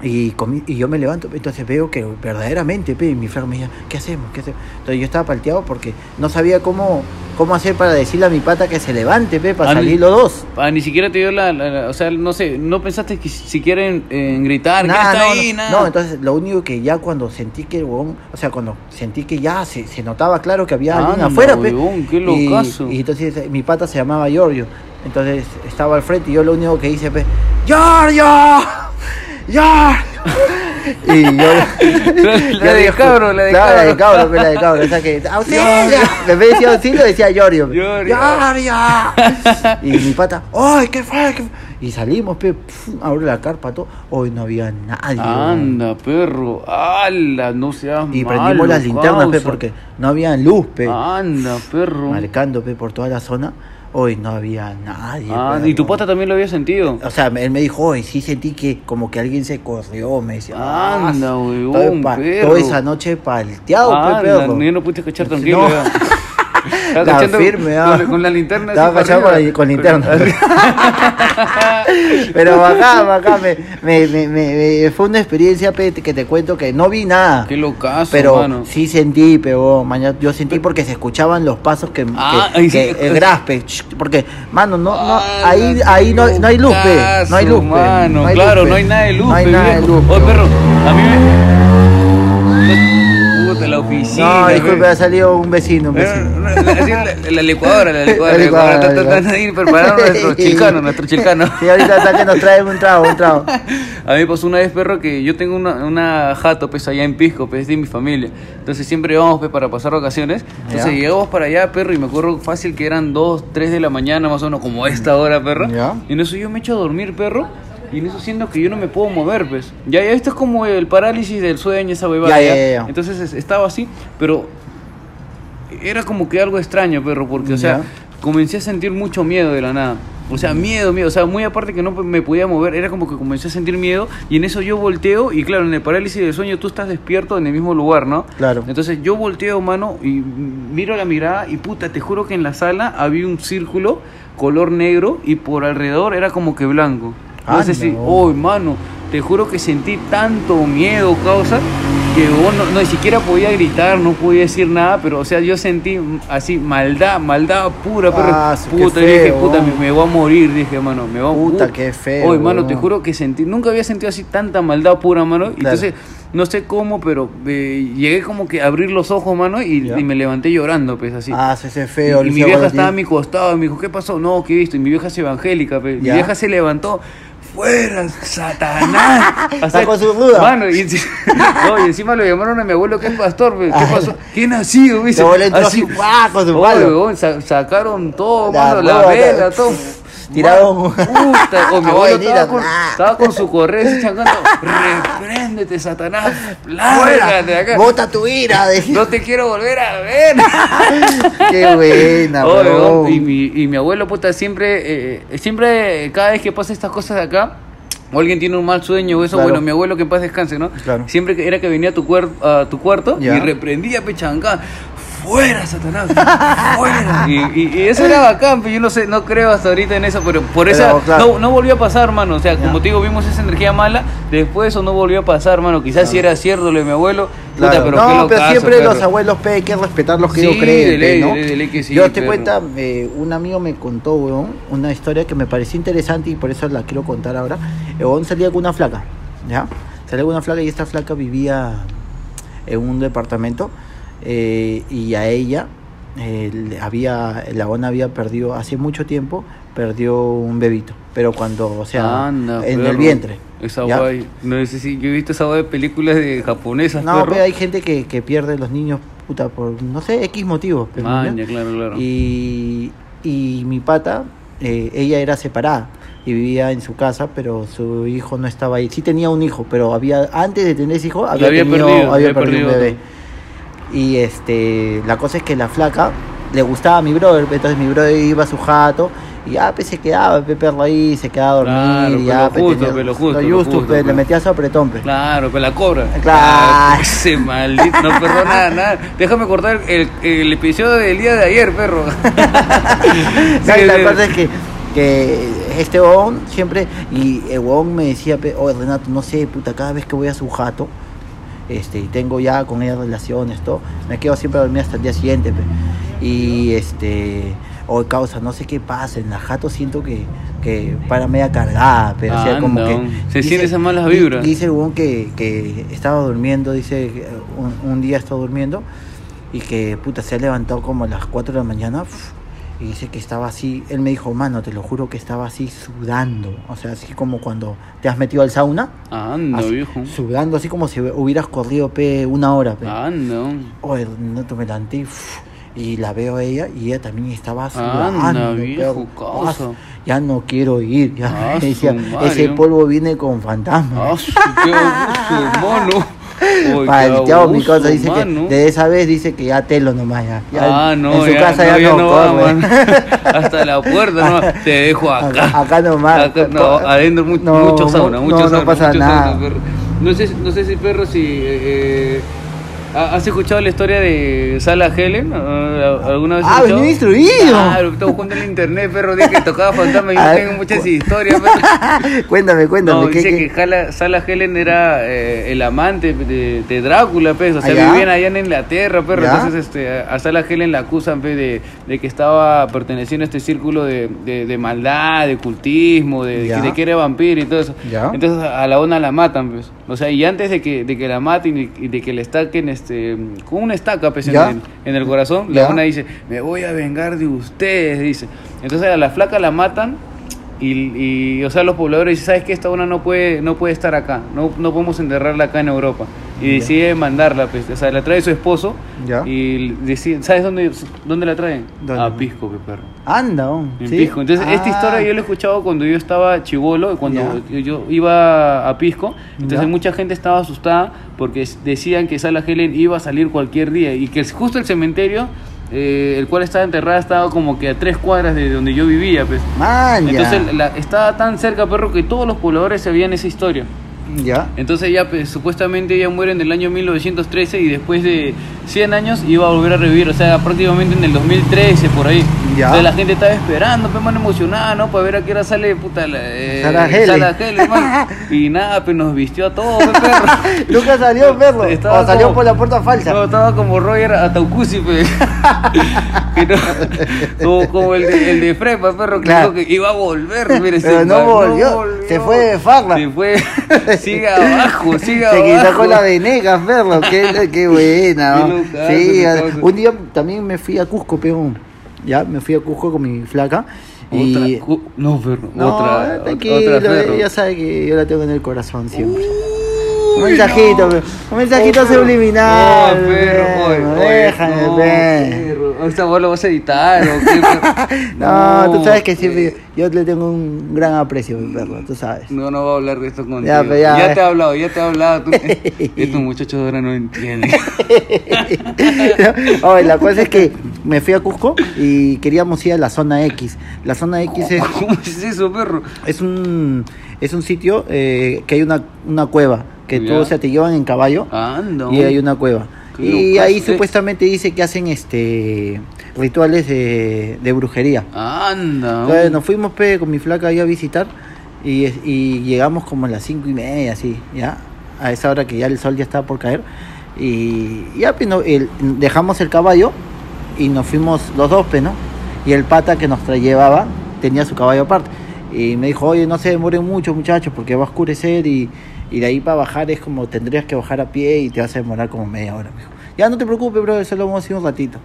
[SPEAKER 2] y, comí- y yo me levanto, pe, entonces veo que verdaderamente, pe, mi flaco me decía, ¿qué hacemos? ¿Qué hacemos? Entonces yo estaba palteado porque no sabía cómo, cómo hacer para decirle a mi pata que se levante, pe, para
[SPEAKER 1] Ah, ni-
[SPEAKER 2] salir los dos.
[SPEAKER 1] Ah, ni siquiera te dio la, la- la- O sea, no sé, no pensaste que siquiera en, en eh, gritar. ¿Quién
[SPEAKER 2] Nada,
[SPEAKER 1] está
[SPEAKER 2] no,
[SPEAKER 1] ahí?
[SPEAKER 2] no,
[SPEAKER 1] Nada.
[SPEAKER 2] no, entonces lo único que ya cuando sentí que el huevón, o sea, cuando sentí que ya se, se notaba claro que había alguien
[SPEAKER 1] Anda,
[SPEAKER 2] afuera, pe.
[SPEAKER 1] huevón, qué
[SPEAKER 2] Y-
[SPEAKER 1] locazo.
[SPEAKER 2] Y, entonces eh, mi pata se llamaba Giorgio. Entonces estaba al frente y yo lo único que hice, pe, ¡Giorgio! ¡Giorgio! Y yo.
[SPEAKER 1] La de
[SPEAKER 2] yo dije,
[SPEAKER 1] cabro, la de
[SPEAKER 2] claro, la
[SPEAKER 1] cabro.
[SPEAKER 2] de cabro, pe, la de cabro. O sea que. ¡Auxilio!
[SPEAKER 1] Giorgio.
[SPEAKER 2] En vez de decir auxilio, decía Giorgio. pe.
[SPEAKER 1] Giorgio.
[SPEAKER 2] Y mi pata, ¡ay, qué fue! qué fue?". Y salimos, pe, pf, abro la carpa, todo. Hoy no había nadie.
[SPEAKER 1] Anda, perro. Ala, no seas
[SPEAKER 2] Y
[SPEAKER 1] malo,
[SPEAKER 2] prendimos las linternas, pe,
[SPEAKER 1] causa. Ah,
[SPEAKER 2] porque no había luz, pe.
[SPEAKER 1] Anda, perro.
[SPEAKER 2] Marcando, pe, por toda la zona. Hoy no había nadie.
[SPEAKER 1] Ah,
[SPEAKER 2] pe,
[SPEAKER 1] y tu
[SPEAKER 2] no.
[SPEAKER 1] pata también lo había sentido.
[SPEAKER 2] O sea, él me dijo, hoy sí sentí que como que alguien se corrió, me decía. "Ah,
[SPEAKER 1] Anda,
[SPEAKER 2] su-".
[SPEAKER 1] huevón,
[SPEAKER 2] Todo pa-
[SPEAKER 1] perro.
[SPEAKER 2] Toda esa noche palteado,
[SPEAKER 1] Ah,
[SPEAKER 2] pe, perro.
[SPEAKER 1] yo no pudiste escuchar tranquilo.
[SPEAKER 2] No.
[SPEAKER 1] ya. Estaba
[SPEAKER 2] La
[SPEAKER 1] cachando
[SPEAKER 2] firme, ah.
[SPEAKER 1] con, con la linterna.
[SPEAKER 2] Estaba
[SPEAKER 1] así para
[SPEAKER 2] cachado con
[SPEAKER 1] arriba.
[SPEAKER 2] la- con linterna. Pero bacán, bacán, me, me, me, me- me- fue una experiencia pe, que te cuento que no vi nada.
[SPEAKER 1] Qué locazo,
[SPEAKER 2] Pero
[SPEAKER 1] mano.
[SPEAKER 2] sí sentí, pero mañana yo sentí porque se escuchaban los pasos que,
[SPEAKER 1] Ah,
[SPEAKER 2] que-
[SPEAKER 1] ahí sí.
[SPEAKER 2] que- el graspe, ch- porque mano, no, no
[SPEAKER 1] Ah,
[SPEAKER 2] ahí
[SPEAKER 1] la
[SPEAKER 2] ahí no, no hay luz, pe, no hay luz, pe,
[SPEAKER 1] mano.
[SPEAKER 2] no hay
[SPEAKER 1] claro,
[SPEAKER 2] luz, pe.
[SPEAKER 1] no hay nada de luz. Oh,
[SPEAKER 2] No hay
[SPEAKER 1] pe,
[SPEAKER 2] nada de
[SPEAKER 1] viejo.
[SPEAKER 2] luz,
[SPEAKER 1] Oye,
[SPEAKER 2] pe.
[SPEAKER 1] perro, a mí me. Puta, la Eh, piscina.
[SPEAKER 2] No, disculpe,
[SPEAKER 1] pe.
[SPEAKER 2] ha salido un vecino, un vecino.
[SPEAKER 1] No, no, no, así La, la licuadora, la licuadora,
[SPEAKER 2] La
[SPEAKER 1] la
[SPEAKER 2] licuadora,
[SPEAKER 1] licuadora,
[SPEAKER 2] la
[SPEAKER 1] están- están
[SPEAKER 2] licuadora.
[SPEAKER 1] ahí preparando nuestro chilcano, nuestro chilcano.
[SPEAKER 2] Sí, ahorita está que nos traen un trago, un trago.
[SPEAKER 1] A mí me pasó una vez, perro, que yo tengo una, una jato, pues, allá en Pisco, pues, de mi familia. Entonces siempre íbamos, pues, para pasar vacaciones. Entonces
[SPEAKER 2] Ya.
[SPEAKER 1] llegamos para allá, perro, y me acuerdo fácil que eran 2, 3 de la mañana, más o menos, como esta hora, perro.
[SPEAKER 2] Ya.
[SPEAKER 1] Y en eso yo me echo a dormir, perro. Y en eso siento que yo no me puedo mover, pues. Ya, ya, esto es como el parálisis del sueño, esa huevada.
[SPEAKER 2] Ya, ya, ya, ya.
[SPEAKER 1] Entonces es- estaba así, pero era como que algo extraño, perro, porque, o sea,
[SPEAKER 2] Ya.
[SPEAKER 1] comencé a sentir mucho miedo de la nada. O sea, miedo, miedo. O sea, muy aparte que no me podía mover, era como que comencé a sentir miedo y en eso yo volteo y claro, en el parálisis del sueño tú estás despierto en el mismo lugar, ¿no?
[SPEAKER 2] Claro.
[SPEAKER 1] Entonces yo volteo, mano, y miro la mirada y puta, te juro que en la sala había un círculo color negro y por alrededor era como que blanco. No
[SPEAKER 2] Ah,
[SPEAKER 1] sé si,
[SPEAKER 2] no.
[SPEAKER 1] oh, mano, te juro que sentí tanto miedo, causa, que oh, no, no, ni siquiera podía gritar, no podía decir nada, pero o sea, yo sentí mm, así maldad, maldad pura, pero
[SPEAKER 2] Ah, su- qué
[SPEAKER 1] puta, dije,
[SPEAKER 2] feo,
[SPEAKER 1] puta, me,
[SPEAKER 2] oh.
[SPEAKER 1] me voy a morir, dije, mano, me voy a
[SPEAKER 2] Puta,
[SPEAKER 1] uh,
[SPEAKER 2] qué feo,
[SPEAKER 1] Oh, mano, te
[SPEAKER 2] oh.
[SPEAKER 1] juro que sentí, nunca había sentido así tanta maldad pura, mano, y
[SPEAKER 2] Claro.
[SPEAKER 1] entonces no sé cómo, pero eh, llegué como que a abrir los ojos, mano, y,
[SPEAKER 2] Ya.
[SPEAKER 1] y me levanté llorando, pues así.
[SPEAKER 2] Ah, se hace feo.
[SPEAKER 1] Y- y mi
[SPEAKER 2] Lucía,
[SPEAKER 1] vieja
[SPEAKER 2] cuando
[SPEAKER 1] estaba a
[SPEAKER 2] tiene-
[SPEAKER 1] mi costado y me dijo, ¿qué pasó? No, ¿qué he visto? Y mi vieja es evangélica, pe. mi
[SPEAKER 2] Ya.
[SPEAKER 1] vieja se levantó. ¡Fuera, Satanás!
[SPEAKER 2] Sacó su ruda.
[SPEAKER 1] Mano, y, enci- no, y encima lo llamaron a mi abuelo que es pastor, pe. ¿qué
[SPEAKER 2] Ay.
[SPEAKER 1] pasó? ¿Qué nacido?
[SPEAKER 2] Tu abuelo Ah. entró
[SPEAKER 1] Así.
[SPEAKER 2] así, ¡guau! con su
[SPEAKER 1] Oh,
[SPEAKER 2] palo.
[SPEAKER 1] huevón, sa- sacaron todo,
[SPEAKER 2] La
[SPEAKER 1] mano, la
[SPEAKER 2] rueda,
[SPEAKER 1] vela,
[SPEAKER 2] la-
[SPEAKER 1] todo.
[SPEAKER 2] Tiraron-
[SPEAKER 1] Mano, puta, o mi
[SPEAKER 2] Agua
[SPEAKER 1] abuelo
[SPEAKER 2] de
[SPEAKER 1] estaba
[SPEAKER 2] nila.
[SPEAKER 1] con, estaba con su correo así chancando. Repréndete, Satanás.
[SPEAKER 2] ¡Fuera!
[SPEAKER 1] Lárgate de acá.
[SPEAKER 2] ¡Bota tu ira!
[SPEAKER 1] No te quiero volver a ver.
[SPEAKER 2] ¡Qué buena,
[SPEAKER 1] Oh,
[SPEAKER 2] huevón.
[SPEAKER 1] weón, y, mi, y mi abuelo, puta, siempre, eh, siempre, eh, cada vez que pasa estas cosas de acá, o alguien tiene un mal sueño o eso,
[SPEAKER 2] Claro.
[SPEAKER 1] bueno, mi abuelo que en paz descanse, ¿no?
[SPEAKER 2] Claro.
[SPEAKER 1] Siempre que- era que venía a tu, cuer- a tu cuarto
[SPEAKER 2] Ya.
[SPEAKER 1] y reprendía pechancán. ¡Fuera, Satanás! ¡Fuera! Y, y- y eso era bacán, pero yo no sé, no creo hasta ahorita en eso, pero por
[SPEAKER 2] Pero,
[SPEAKER 1] esa
[SPEAKER 2] claro.
[SPEAKER 1] no, no volvió a pasar, hermano. O sea,
[SPEAKER 2] Ya.
[SPEAKER 1] como te digo, vimos esa energía mala, después eso no volvió a pasar, hermano. Quizás si era cierto lo de mi abuelo, puta,
[SPEAKER 2] Claro.
[SPEAKER 1] pero qué
[SPEAKER 2] no, pero
[SPEAKER 1] locazo,
[SPEAKER 2] siempre
[SPEAKER 1] perro.
[SPEAKER 2] los abuelos pe, hay que respetar los que
[SPEAKER 1] Sí,
[SPEAKER 2] ellos creen.
[SPEAKER 1] de
[SPEAKER 2] pe,
[SPEAKER 1] ley,
[SPEAKER 2] ¿no?
[SPEAKER 1] de ley que sí,
[SPEAKER 2] Yo te
[SPEAKER 1] perro.
[SPEAKER 2] cuenta, eh, un amigo me contó, weón, una historia que me pareció interesante y por eso la quiero contar ahora. El weón salía con una flaca, ¿ya? Salía con una flaca y esta flaca vivía en un departamento eh, y a ella eh, le había, la ONA había perdido, hace mucho tiempo, perdió un bebito. Pero cuando, o sea,
[SPEAKER 1] Anda,
[SPEAKER 2] Ah, en el
[SPEAKER 1] perro.
[SPEAKER 2] vientre.
[SPEAKER 1] Esa
[SPEAKER 2] ¿ya?
[SPEAKER 1] guay. No sé si yo he visto esa guay de películas de japonesas.
[SPEAKER 2] No,
[SPEAKER 1] perro.
[SPEAKER 2] pero hay gente que, que pierde los niños, puta, por no sé, X motivos. pues, ¿no?
[SPEAKER 1] Maña, claro, claro.
[SPEAKER 2] Y, y mi pata, eh, ella era separada y vivía en su casa, pero su hijo no estaba ahí. Sí tenía un hijo, pero había antes de tener ese hijo había,
[SPEAKER 1] había
[SPEAKER 2] tenido-
[SPEAKER 1] perdido,
[SPEAKER 2] había
[SPEAKER 1] había
[SPEAKER 2] perdido un
[SPEAKER 1] perdido
[SPEAKER 2] bebé. Y este, la cosa es que la flaca le gustaba a mi brother, entonces mi brother iba a su jato y ya pues, se quedaba pe, perro ahí, se quedaba a dormir,
[SPEAKER 1] Claro,
[SPEAKER 2] y
[SPEAKER 1] pe,
[SPEAKER 2] ya
[SPEAKER 1] lo
[SPEAKER 2] pe,
[SPEAKER 1] justo,
[SPEAKER 2] tenía-
[SPEAKER 1] pe, lo justo,
[SPEAKER 2] lo
[SPEAKER 1] lo
[SPEAKER 2] justo,
[SPEAKER 1] justo,
[SPEAKER 2] pe,
[SPEAKER 1] pe.
[SPEAKER 2] le metía pues. su apretón, pe.
[SPEAKER 1] Claro, pero la cobra.
[SPEAKER 2] Claro.
[SPEAKER 1] Ah, Ese maldito. No, perdón, nada, nada. Déjame cortar el, el episodio del día de ayer, perro.
[SPEAKER 2] No, y
[SPEAKER 1] Sí,
[SPEAKER 2] la
[SPEAKER 1] sí.
[SPEAKER 2] cosa es que, que este huevón siempre, y el huevón me decía, pe, oye Renato, no sé, puta, cada vez que voy a su jato, este, y tengo ya con ella relaciones, todo, me quedo siempre a dormir hasta el día siguiente, pe. y este, o causa, no sé qué pasa, en la jato siento que, que para media cargada, pero o sea,
[SPEAKER 1] Ah,
[SPEAKER 2] como
[SPEAKER 1] no.
[SPEAKER 2] que...
[SPEAKER 1] Se siente esas malas
[SPEAKER 2] di-
[SPEAKER 1] vibras.
[SPEAKER 2] Dice el huevón que, que estaba durmiendo, dice, eh, un, un día estaba durmiendo, y que puta se ha levantado como a las 4 de la mañana pf, y dice que estaba así, él me dijo, mano, te lo juro que estaba así sudando, o sea, así como cuando te has metido al sauna,
[SPEAKER 1] Anda,
[SPEAKER 2] así,
[SPEAKER 1] viejo.
[SPEAKER 2] sudando, así como si hubieras corrido pe, una hora. Pe.
[SPEAKER 1] Anda.
[SPEAKER 2] Oye, no te me levanté pf, y la veo a ella y ella también estaba sudando.
[SPEAKER 1] Anda, viejo,
[SPEAKER 2] perro.
[SPEAKER 1] causa.
[SPEAKER 2] Ah, Ya no quiero ir, ya.
[SPEAKER 1] Ah, su
[SPEAKER 2] Decía,
[SPEAKER 1] madre.
[SPEAKER 2] ese polvo viene con fantasma.
[SPEAKER 1] Ah, su, qué abuso, mono. Uy, qué
[SPEAKER 2] Palteado mi
[SPEAKER 1] abuso,
[SPEAKER 2] cosa, dice
[SPEAKER 1] mano.
[SPEAKER 2] que de esa vez dice que ya telo nomás ya. Ya
[SPEAKER 1] ah, no,
[SPEAKER 2] en
[SPEAKER 1] ya,
[SPEAKER 2] su casa
[SPEAKER 1] no,
[SPEAKER 2] ya no,
[SPEAKER 1] va,
[SPEAKER 2] corre.
[SPEAKER 1] mano. Hasta la puerta, no, te dejo acá.
[SPEAKER 2] Acá- acá nomás.
[SPEAKER 1] Acá- no, adentro mu-
[SPEAKER 2] No,
[SPEAKER 1] mucho sauna,
[SPEAKER 2] no,
[SPEAKER 1] mucho
[SPEAKER 2] no
[SPEAKER 1] sauna,
[SPEAKER 2] pasa
[SPEAKER 1] mucho sauna,
[SPEAKER 2] nada.
[SPEAKER 1] perro. no, sé, no sé si, perro, si... eh, eh, ¿ha- ¿Has escuchado la historia de Sala Helen? Ah, ¿Alguna vez has
[SPEAKER 2] Ah,
[SPEAKER 1] escuchado?
[SPEAKER 2] venía instruido. Ah,
[SPEAKER 1] Claro, estaba buscando en el internet, perro, dije que tocaba fantasma y
[SPEAKER 2] A
[SPEAKER 1] yo
[SPEAKER 2] ver,
[SPEAKER 1] tengo muchas historias, perro.
[SPEAKER 2] cuéntame, cuéntame.
[SPEAKER 1] No,
[SPEAKER 2] ¿qué-
[SPEAKER 1] dice
[SPEAKER 2] qué?
[SPEAKER 1] que Jala- Sala Helen era eh, el amante de, de Drácula, pues. O sea,
[SPEAKER 2] ¿Ah, ya?
[SPEAKER 1] vivían allá en Inglaterra, perro.
[SPEAKER 2] ¿Ya?
[SPEAKER 1] Entonces, este, a a Sala Helen la acusan, pues, de, de que estaba perteneciendo a este círculo de, de- de maldad, de cultismo, de,
[SPEAKER 2] ¿Ya?
[SPEAKER 1] de que era vampiro y todo eso.
[SPEAKER 2] ¿Ya?
[SPEAKER 1] Entonces, a la una la matan, pues. O sea, y antes de que, de que la maten y de que le estaquen este, con una estaca pues, en,
[SPEAKER 2] Ya.
[SPEAKER 1] el, en el corazón,
[SPEAKER 2] Ya.
[SPEAKER 1] la una dice, me voy a vengar de ustedes, dice. Entonces a la flaca la matan y, y, o sea, los pobladores dicen, ¿sabes qué? Esta una no puede, no puede estar acá, no, no podemos enterrarla acá en Europa. Y
[SPEAKER 2] Ya.
[SPEAKER 1] decide mandarla, pues, o sea, la trae su esposo
[SPEAKER 2] Ya.
[SPEAKER 1] y decide, ¿sabes dónde, dónde la traen?
[SPEAKER 2] ¿Dónde?
[SPEAKER 1] A Pisco, pe perro.
[SPEAKER 2] Anda, oh, aún.
[SPEAKER 1] En Pisco. Entonces, esta
[SPEAKER 2] Ah.
[SPEAKER 1] historia yo la he escuchado cuando yo estaba chivolo, cuando yo, yo iba a Pisco. Entonces,
[SPEAKER 2] Ya.
[SPEAKER 1] mucha gente estaba asustada porque s- decían que Sala Helen iba a salir cualquier día y que es- justo el cementerio, eh, el cual estaba enterrada, estaba como que a tres cuadras de donde yo vivía. Pues.
[SPEAKER 2] Man, ya.
[SPEAKER 1] Entonces, la- estaba tan cerca, perro, que todos los pobladores sabían esa historia.
[SPEAKER 2] ya.
[SPEAKER 1] Entonces ya pues, supuestamente ella muere en el año 1913 y después de 100 años iba a volver a revivir, o sea, prácticamente en el 2013 por ahí.
[SPEAKER 2] Ya.
[SPEAKER 1] Entonces la gente estaba esperando, pues mano emocionada, ¿no? Para ver a qué hora sale puta la eh,
[SPEAKER 2] Sarah Helen.
[SPEAKER 1] Sarah Helen, mano. Y nada, pues nos vistió a todos, pues, perro.
[SPEAKER 2] Nunca salió verlo.
[SPEAKER 1] Estaba
[SPEAKER 2] O salió
[SPEAKER 1] como-
[SPEAKER 2] por la puerta falsa.
[SPEAKER 1] No, estaba como Roger Ataucusi, pues. Que no- como, como el de, el de Frepa, perro, que
[SPEAKER 2] Claro.
[SPEAKER 1] dijo que iba a volver. mire,
[SPEAKER 2] Pero
[SPEAKER 1] se
[SPEAKER 2] no
[SPEAKER 1] va-
[SPEAKER 2] volvió, se fue de farra.
[SPEAKER 1] Se fue, siga abajo, siga
[SPEAKER 2] Se
[SPEAKER 1] abajo.
[SPEAKER 2] quitó con la venegas, verlo. Qué, qué buena.
[SPEAKER 1] Qué
[SPEAKER 2] ¿no?
[SPEAKER 1] locazo,
[SPEAKER 2] Sí,
[SPEAKER 1] locazo.
[SPEAKER 2] un día también me fui a Cusco, peón. Ya, me fui a Cusco con mi flaca. Y...
[SPEAKER 1] Otra, cu- no, perro,
[SPEAKER 2] No, eh,
[SPEAKER 1] otra, o-
[SPEAKER 2] tranquilo,
[SPEAKER 1] otra, perro.
[SPEAKER 2] ella sabe que yo la tengo en el corazón siempre.
[SPEAKER 1] Uy,
[SPEAKER 2] un mensajito,
[SPEAKER 1] no.
[SPEAKER 2] pe- un mensajito
[SPEAKER 1] Oh, perro.
[SPEAKER 2] subliminal.
[SPEAKER 1] No, perro, oye,
[SPEAKER 2] pe,
[SPEAKER 1] oye,
[SPEAKER 2] déjame,
[SPEAKER 1] no,
[SPEAKER 2] pe.
[SPEAKER 1] perro. Esta vos lo vas a editar, ¿o qué, perro?
[SPEAKER 2] No, tú sabes que
[SPEAKER 1] eh,
[SPEAKER 2] siempre yo le tengo un gran aprecio, mi perro, tú sabes.
[SPEAKER 1] No, no va a hablar de esto contigo.
[SPEAKER 2] Ya,
[SPEAKER 1] Ya,
[SPEAKER 2] pues, ya, eh.
[SPEAKER 1] te he hablado, ya te he hablado. Tú- estos muchachos ahora no entienden.
[SPEAKER 2] Oye, la cosa es que me fui a Cusco y queríamos ir a la zona X. La zona X es,
[SPEAKER 1] ¿Cómo es eso, perro?
[SPEAKER 2] es un es un sitio eh, que hay una, una cueva, que tú,
[SPEAKER 1] Ya.
[SPEAKER 2] o sea, te llevan en caballo
[SPEAKER 1] Anda.
[SPEAKER 2] y hay una cueva.
[SPEAKER 1] Qué
[SPEAKER 2] Y
[SPEAKER 1] locazo,
[SPEAKER 2] ahí
[SPEAKER 1] eh.
[SPEAKER 2] supuestamente dice que hacen este rituales de, de brujería.
[SPEAKER 1] Anda.
[SPEAKER 2] Entonces nos fuimos pe, con mi flaca ahí a visitar y, es- y llegamos como a las cinco y media, así, ya, a esa hora que ya el sol ya estaba por caer. Y ya pe, no, el- dejamos el caballo y nos fuimos los dos, pe, ¿no? Y el pata que nos tra- llevaba tenía su caballo aparte. Y me dijo, oye, no se demoren mucho muchachos porque va a oscurecer y, y de ahí para bajar es como tendrías que bajar a pie y te vas a demorar como media hora. Me dijo, ya no te preocupes, bro, solo vamos a ir un ratito.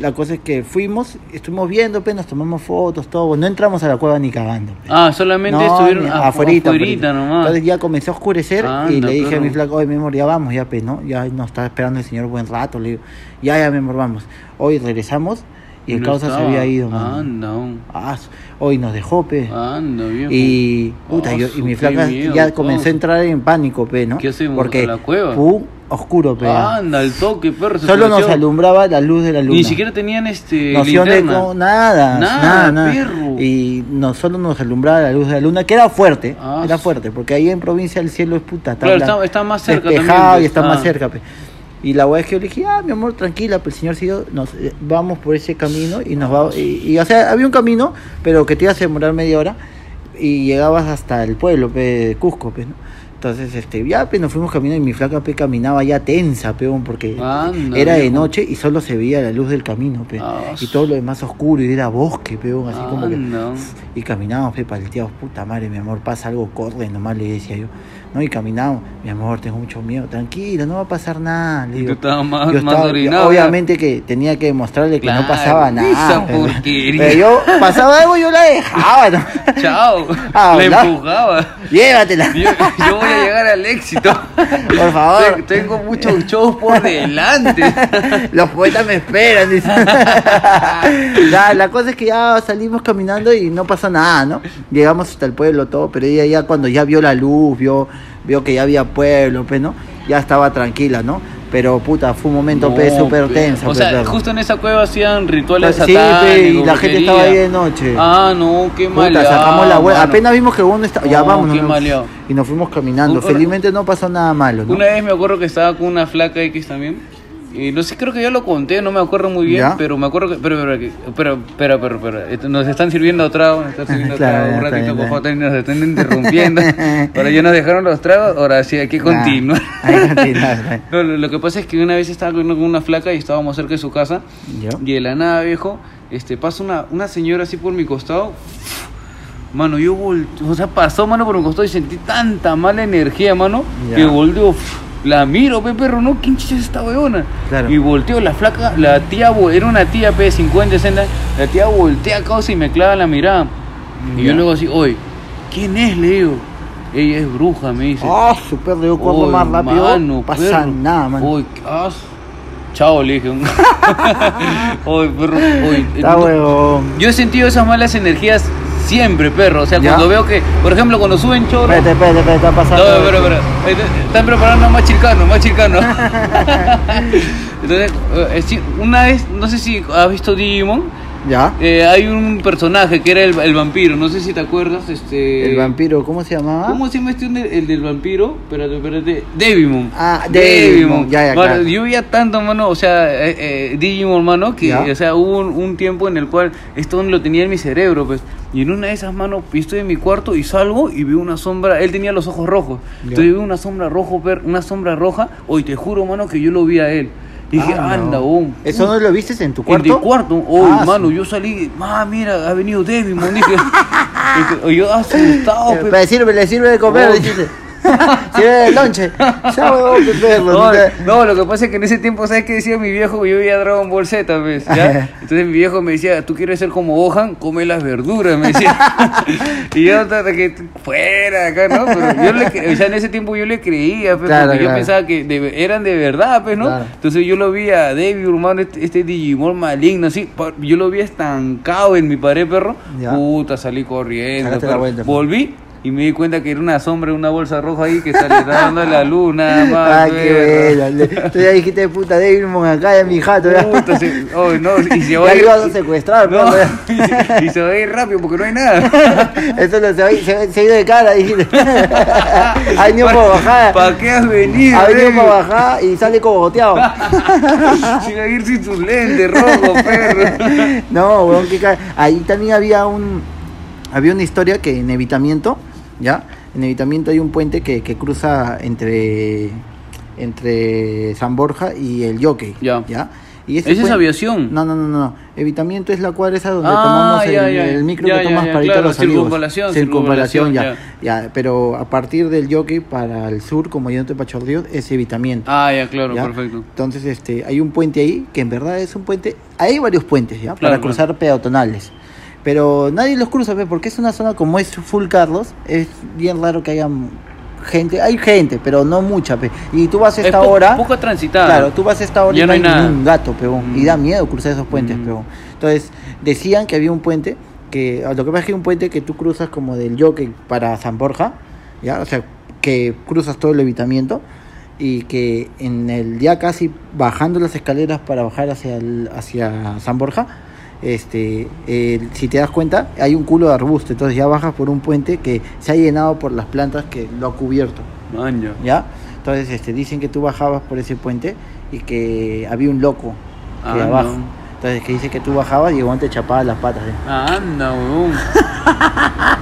[SPEAKER 2] La cosa es que fuimos, estuvimos viendo, pues, nos tomamos fotos, todo. No entramos a la cueva ni cagando. pues.
[SPEAKER 1] Ah, solamente estuvieron
[SPEAKER 2] ni-
[SPEAKER 1] afu- afuerita,
[SPEAKER 2] afuerita, afuerita.
[SPEAKER 1] nomás. Ah,
[SPEAKER 2] Entonces ya comenzó a oscurecer y
[SPEAKER 1] Anda,
[SPEAKER 2] le dije a mi
[SPEAKER 1] perro.
[SPEAKER 2] flaco, oye, mi amor, ya vamos, ya, pues, ¿no? Ya nos está esperando el señor buen rato. Le digo, ya, ya, mi amor, vamos. Hoy regresamos y el
[SPEAKER 1] No
[SPEAKER 2] causa se
[SPEAKER 1] estaba.
[SPEAKER 2] había ido, man.
[SPEAKER 1] Anda, un-
[SPEAKER 2] Ah, su- hoy nos dejó, pe.
[SPEAKER 1] anda, viejo.
[SPEAKER 2] Y, puta,
[SPEAKER 1] Ah,
[SPEAKER 2] yo, y mi
[SPEAKER 1] su, qué
[SPEAKER 2] flaca
[SPEAKER 1] miedo,
[SPEAKER 2] ya comenzó a
[SPEAKER 1] causa.
[SPEAKER 2] entrar en pánico, pe, ¿no?
[SPEAKER 1] ¿Qué hacemos?
[SPEAKER 2] Porque,
[SPEAKER 1] ¿A la cueva?
[SPEAKER 2] pum, oscuro, pe. ah.
[SPEAKER 1] Anda, el toque, perro. se
[SPEAKER 2] Solo nos
[SPEAKER 1] floreció.
[SPEAKER 2] alumbraba la luz de la luna.
[SPEAKER 1] Ni siquiera tenían este.
[SPEAKER 2] noción de
[SPEAKER 1] linterna.
[SPEAKER 2] cómo- nada, nada,
[SPEAKER 1] Nada,
[SPEAKER 2] nada.
[SPEAKER 1] perro.
[SPEAKER 2] Y no solo nos alumbraba la luz de la luna, que era fuerte,
[SPEAKER 1] Ah,
[SPEAKER 2] era
[SPEAKER 1] sí.
[SPEAKER 2] fuerte, porque ahí en provincia el cielo es puta,
[SPEAKER 1] Claro,
[SPEAKER 2] blan-
[SPEAKER 1] está- está más cerca
[SPEAKER 2] despejado
[SPEAKER 1] también,
[SPEAKER 2] y está
[SPEAKER 1] pues,
[SPEAKER 2] más
[SPEAKER 1] ah.
[SPEAKER 2] cerca. pe. Y la weá es que yo le dije, ah, mi amor, tranquila, pero el señor siguió, nos eh, vamos por ese camino y nos va, y, y, o sea, había un camino, pero que te ibas a demorar media hora y llegabas hasta el pueblo pe, de Cusco, pe, ¿no? Entonces, este, ya, pe, nos fuimos caminando y mi flaca pe, caminaba ya tensa, peón,
[SPEAKER 1] Ah,
[SPEAKER 2] porque
[SPEAKER 1] Anda,
[SPEAKER 2] era de
[SPEAKER 1] viejo.
[SPEAKER 2] noche y solo se veía la luz del camino, pe.
[SPEAKER 1] Ah,
[SPEAKER 2] y todo lo demás oscuro y era bosque, peón, así como que...
[SPEAKER 1] Anda.
[SPEAKER 2] Y caminábamos, pe, paleteados, puta madre, mi amor, pasa algo, corre, nomás le decía yo. No, y caminábamos, mi amor, tengo mucho miedo, tranquilo, no va a pasar nada, le
[SPEAKER 1] Y
[SPEAKER 2] digo.
[SPEAKER 1] tú estabas más, más
[SPEAKER 2] Yo estaba-
[SPEAKER 1] orinado.
[SPEAKER 2] obviamente que tenía que demostrarle que no
[SPEAKER 1] Claro,
[SPEAKER 2] pasaba nada.
[SPEAKER 1] esa
[SPEAKER 2] pe, ¿no?
[SPEAKER 1] porquería.
[SPEAKER 2] Pero yo pasaba algo, yo la dejaba, ¿no?
[SPEAKER 1] ya. Chao.
[SPEAKER 2] Ah,
[SPEAKER 1] Le
[SPEAKER 2] ¿verdad?
[SPEAKER 1] empujaba.
[SPEAKER 2] Llévatela.
[SPEAKER 1] Yo, yo voy a llegar al éxito.
[SPEAKER 2] Por favor.
[SPEAKER 1] Te- Tengo muchos shows por delante.
[SPEAKER 2] Los poetas me esperan, dice. Ya, la cosa es que ya salimos caminando y no pasó nada, ¿no? Llegamos hasta el pueblo, todo, pero ella ya cuando ya vio la luz, vio, vio que ya había pueblo, pues, ¿no? Ya estaba tranquila, ¿no? Pero puta, fue un momento pe,
[SPEAKER 1] No,
[SPEAKER 2] súper
[SPEAKER 1] pe.
[SPEAKER 2] tenso.
[SPEAKER 1] O
[SPEAKER 2] pe,
[SPEAKER 1] sea,
[SPEAKER 2] perro.
[SPEAKER 1] justo en esa cueva hacían rituales
[SPEAKER 2] Sí, pe, y
[SPEAKER 1] satánicos,
[SPEAKER 2] la
[SPEAKER 1] brujería.
[SPEAKER 2] gente estaba ahí de noche.
[SPEAKER 1] Ah, no, qué
[SPEAKER 2] Puta,
[SPEAKER 1] mal.
[SPEAKER 2] sacamos la vuelta. Apenas vimos que uno estaba. Ya
[SPEAKER 1] No,
[SPEAKER 2] vámonos.
[SPEAKER 1] qué
[SPEAKER 2] ¿no?
[SPEAKER 1] maleado.
[SPEAKER 2] Y nos fuimos caminando.
[SPEAKER 1] Un-
[SPEAKER 2] Felizmente no pasó nada malo, ¿no?
[SPEAKER 1] Una vez me acuerdo que estaba con una flaca X también. Y no sé, creo que yo lo conté, no me acuerdo muy bien,
[SPEAKER 2] ¿Ya?
[SPEAKER 1] pero me acuerdo que. Pero, pero, que- pero, pero, pero, pero, esto- nos están sirviendo trago, nos están sirviendo
[SPEAKER 2] Claro,
[SPEAKER 1] trago,
[SPEAKER 2] ya,
[SPEAKER 1] un
[SPEAKER 2] está
[SPEAKER 1] ratito,
[SPEAKER 2] bien,
[SPEAKER 1] por
[SPEAKER 2] está
[SPEAKER 1] favor, también nos están interrumpiendo. ahora ya nos dejaron los tragos, ahora sí, hay que
[SPEAKER 2] Nah,
[SPEAKER 1] continuar.
[SPEAKER 2] hay que continuar.
[SPEAKER 1] No, lo, lo que pasa es que una vez estaba con una flaca y estábamos cerca de su casa,
[SPEAKER 2] Ya.
[SPEAKER 1] y de la nada, viejo, este, pasa una, una señora así por mi costado, Mano, yo volteo, o sea, pasó, mano, por un costado y sentí tanta mala energía, mano,
[SPEAKER 2] Ya.
[SPEAKER 1] que volteo, pf, la miro, pe perro, no, ¿quién chicha es esta weona?
[SPEAKER 2] Claro.
[SPEAKER 1] Y volteo, la flaca, la tía, vo- era una tía, pe, 50, 60, la tía voltea, causa, y me clava la mirada. Y
[SPEAKER 2] Ya.
[SPEAKER 1] yo luego así, oye, ¿quién es, le digo? Ella es bruja, me dice.
[SPEAKER 2] Ah, super, yo corro
[SPEAKER 1] Oy,
[SPEAKER 2] más rápido.
[SPEAKER 1] mano,
[SPEAKER 2] pasa
[SPEAKER 1] perro.
[SPEAKER 2] nada, mano.
[SPEAKER 1] Oy, qué as- Chao, le dije. Oy, perro. oy, eh,
[SPEAKER 2] Está
[SPEAKER 1] no-
[SPEAKER 2] huevón.
[SPEAKER 1] Yo he sentido esas malas energías siempre, perro. O sea,
[SPEAKER 2] Ya.
[SPEAKER 1] cuando veo que, por ejemplo, cuando suben chorro.
[SPEAKER 2] Espérate, espérate, espérate, está
[SPEAKER 1] No,
[SPEAKER 2] pasando.
[SPEAKER 1] pero, pero, eh, están preparando más chilcano, más chilcano. Entonces, eh, eh, sí, una vez, no sé si has visto Digimon,
[SPEAKER 2] ¿Ya?
[SPEAKER 1] eh, hay un personaje que era el, el vampiro, no sé si te acuerdas, este...
[SPEAKER 2] El vampiro, ¿cómo se llamaba?
[SPEAKER 1] ¿Cómo se llama este un- el del vampiro? Espérate, espérate. Devimon.
[SPEAKER 2] Ah, Devimon. Ya, ya,
[SPEAKER 1] Mano,
[SPEAKER 2] claro.
[SPEAKER 1] Yo veía tanto, mano, o sea, eh, eh, Digimon, mano, que,
[SPEAKER 2] Ya.
[SPEAKER 1] o sea, hubo un, un tiempo en el cual esto lo tenía en mi cerebro, pues. Y en una de esas, mano, yo estoy en mi cuarto y salgo y veo una sombra. Él tenía los ojos rojos.
[SPEAKER 2] Ya.
[SPEAKER 1] Entonces veo una sombra rojo, per- una sombra roja. Hoy te juro, mano, que yo lo vi a él. Y dije,
[SPEAKER 2] Ah, no.
[SPEAKER 1] anda, boom.
[SPEAKER 2] ¿Eso no lo viste en tu cuarto?
[SPEAKER 1] En mi cuarto. Uy,
[SPEAKER 2] Ah,
[SPEAKER 1] mano,
[SPEAKER 2] su-
[SPEAKER 1] yo salí. Ah, mira, ha venido Devimon. Dije, Dije, yo asustado, pues,
[SPEAKER 2] Eh,
[SPEAKER 1] pe-
[SPEAKER 2] Para sírvele, sirve de comer,
[SPEAKER 1] Oh.
[SPEAKER 2] dijiste. sirve de lonche. Ya, huevón, qué perro.
[SPEAKER 1] No,
[SPEAKER 2] neta.
[SPEAKER 1] no, lo que pasa es que en ese tiempo, ¿sabes qué decía mi viejo? Yo veía Dragon Ball Z, ¿ves? ¿Ya? Entonces mi viejo me decía, ¿tú quieres ser como Gohan? Come las verduras, me decía. y yo, hasta que fuera acá, ¿no? Pero yo le, cre- o sea, en ese tiempo yo le creía, pues,
[SPEAKER 2] Claro,
[SPEAKER 1] porque yo
[SPEAKER 2] claro.
[SPEAKER 1] pensaba que de- eran de verdad, pues, ¿no?
[SPEAKER 2] Claro.
[SPEAKER 1] Entonces yo lo vi a David, hermano, este, este Digimon maligno, así. pa- Yo lo vi estancado en mi pared, perro.
[SPEAKER 2] Ya.
[SPEAKER 1] Puta, salí corriendo.
[SPEAKER 2] Sacaste la
[SPEAKER 1] perro.
[SPEAKER 2] vuelta. pues.
[SPEAKER 1] Volví. Y me di cuenta que era una sombra, una bolsa roja ahí que salía dando la luna,
[SPEAKER 2] Ay, qué
[SPEAKER 1] perro.
[SPEAKER 2] buena. Le- Tú ya dijiste, puta, Devimon acá ya mi jato. Ya.
[SPEAKER 1] Puta, se- oh, no, y se va
[SPEAKER 2] Ya
[SPEAKER 1] a
[SPEAKER 2] lo
[SPEAKER 1] ir.
[SPEAKER 2] ibas a secuestrar,
[SPEAKER 1] No,
[SPEAKER 2] perro,
[SPEAKER 1] y, se, y se va a ir rápido porque no hay nada.
[SPEAKER 2] Eso lo, se, va- se, se ha ido de cara, dijiste. Ha venido por Ah, bajada.
[SPEAKER 1] ¿Para qué has venido?
[SPEAKER 2] Ha venido
[SPEAKER 1] David?
[SPEAKER 2] para bajada y sale como goteado.
[SPEAKER 1] Se va a ir sin sus lentes, rojo, perro.
[SPEAKER 2] No, weón, qué ca- Ahí también había un. Había una historia que en Evitamiento, ¿ya? En Evitamiento hay un puente que, que cruza entre. Entre San Borja y el Jockey.
[SPEAKER 1] Ya.
[SPEAKER 2] Y
[SPEAKER 1] Esa es
[SPEAKER 2] puen-
[SPEAKER 1] aviación.
[SPEAKER 2] No, no, no, no. Evitamiento es la cuadra esa donde
[SPEAKER 1] Ah,
[SPEAKER 2] tomamos el,
[SPEAKER 1] ya, ya.
[SPEAKER 2] el micro
[SPEAKER 1] Ya,
[SPEAKER 2] que
[SPEAKER 1] ya,
[SPEAKER 2] tomas
[SPEAKER 1] ya,
[SPEAKER 2] para ir a
[SPEAKER 1] claro,
[SPEAKER 2] los amigos.
[SPEAKER 1] circunvalación,
[SPEAKER 2] Circunvalación,
[SPEAKER 1] circunvalación,
[SPEAKER 2] ya. Ya, pero a partir del Jockey para el sur, como yéndote para Chorrillos, es Evitamiento.
[SPEAKER 1] Ah, ya, claro,
[SPEAKER 2] ¿ya?
[SPEAKER 1] perfecto.
[SPEAKER 2] Entonces, este, hay un puente ahí, que en verdad es un puente, hay varios puentes, ¿ya? para
[SPEAKER 1] claro.
[SPEAKER 2] cruzar peatonales. Pero nadie los cruza, ¿ve? porque es una zona como es Full Carlos, es bien raro que haya gente, hay gente, pero no mucha, pe. Y tú vas a esta
[SPEAKER 1] po-
[SPEAKER 2] hora,
[SPEAKER 1] Poco transitada.
[SPEAKER 2] claro, tú vas a esta hora
[SPEAKER 1] Ya no
[SPEAKER 2] y no hay
[SPEAKER 1] hay nada.
[SPEAKER 2] ningún gato, peón, y
[SPEAKER 1] Mm.
[SPEAKER 2] da miedo cruzar esos puentes,
[SPEAKER 1] Mm.
[SPEAKER 2] peón. Entonces, decían que había un puente, que ah, lo que pasa es que hay un puente que tú cruzas como del Jockey para San Borja, ¿ya? O sea, que cruzas todo el levitamiento y que en el día casi bajando las escaleras para bajar hacia el- hacia San Borja, este, eh, si te das cuenta, hay un culo de arbusto, entonces ya bajas por un puente que se ha llenado por las plantas que lo ha cubierto,
[SPEAKER 1] Man, ya.
[SPEAKER 2] ¿ya? Entonces este, dicen que tú bajabas por ese puente y que había un loco que
[SPEAKER 1] Ah,
[SPEAKER 2] abajo.
[SPEAKER 1] no.
[SPEAKER 2] Entonces que dice que tú bajabas y el weón te chapaba las patas. ¿eh?
[SPEAKER 1] Ah, anda, weón.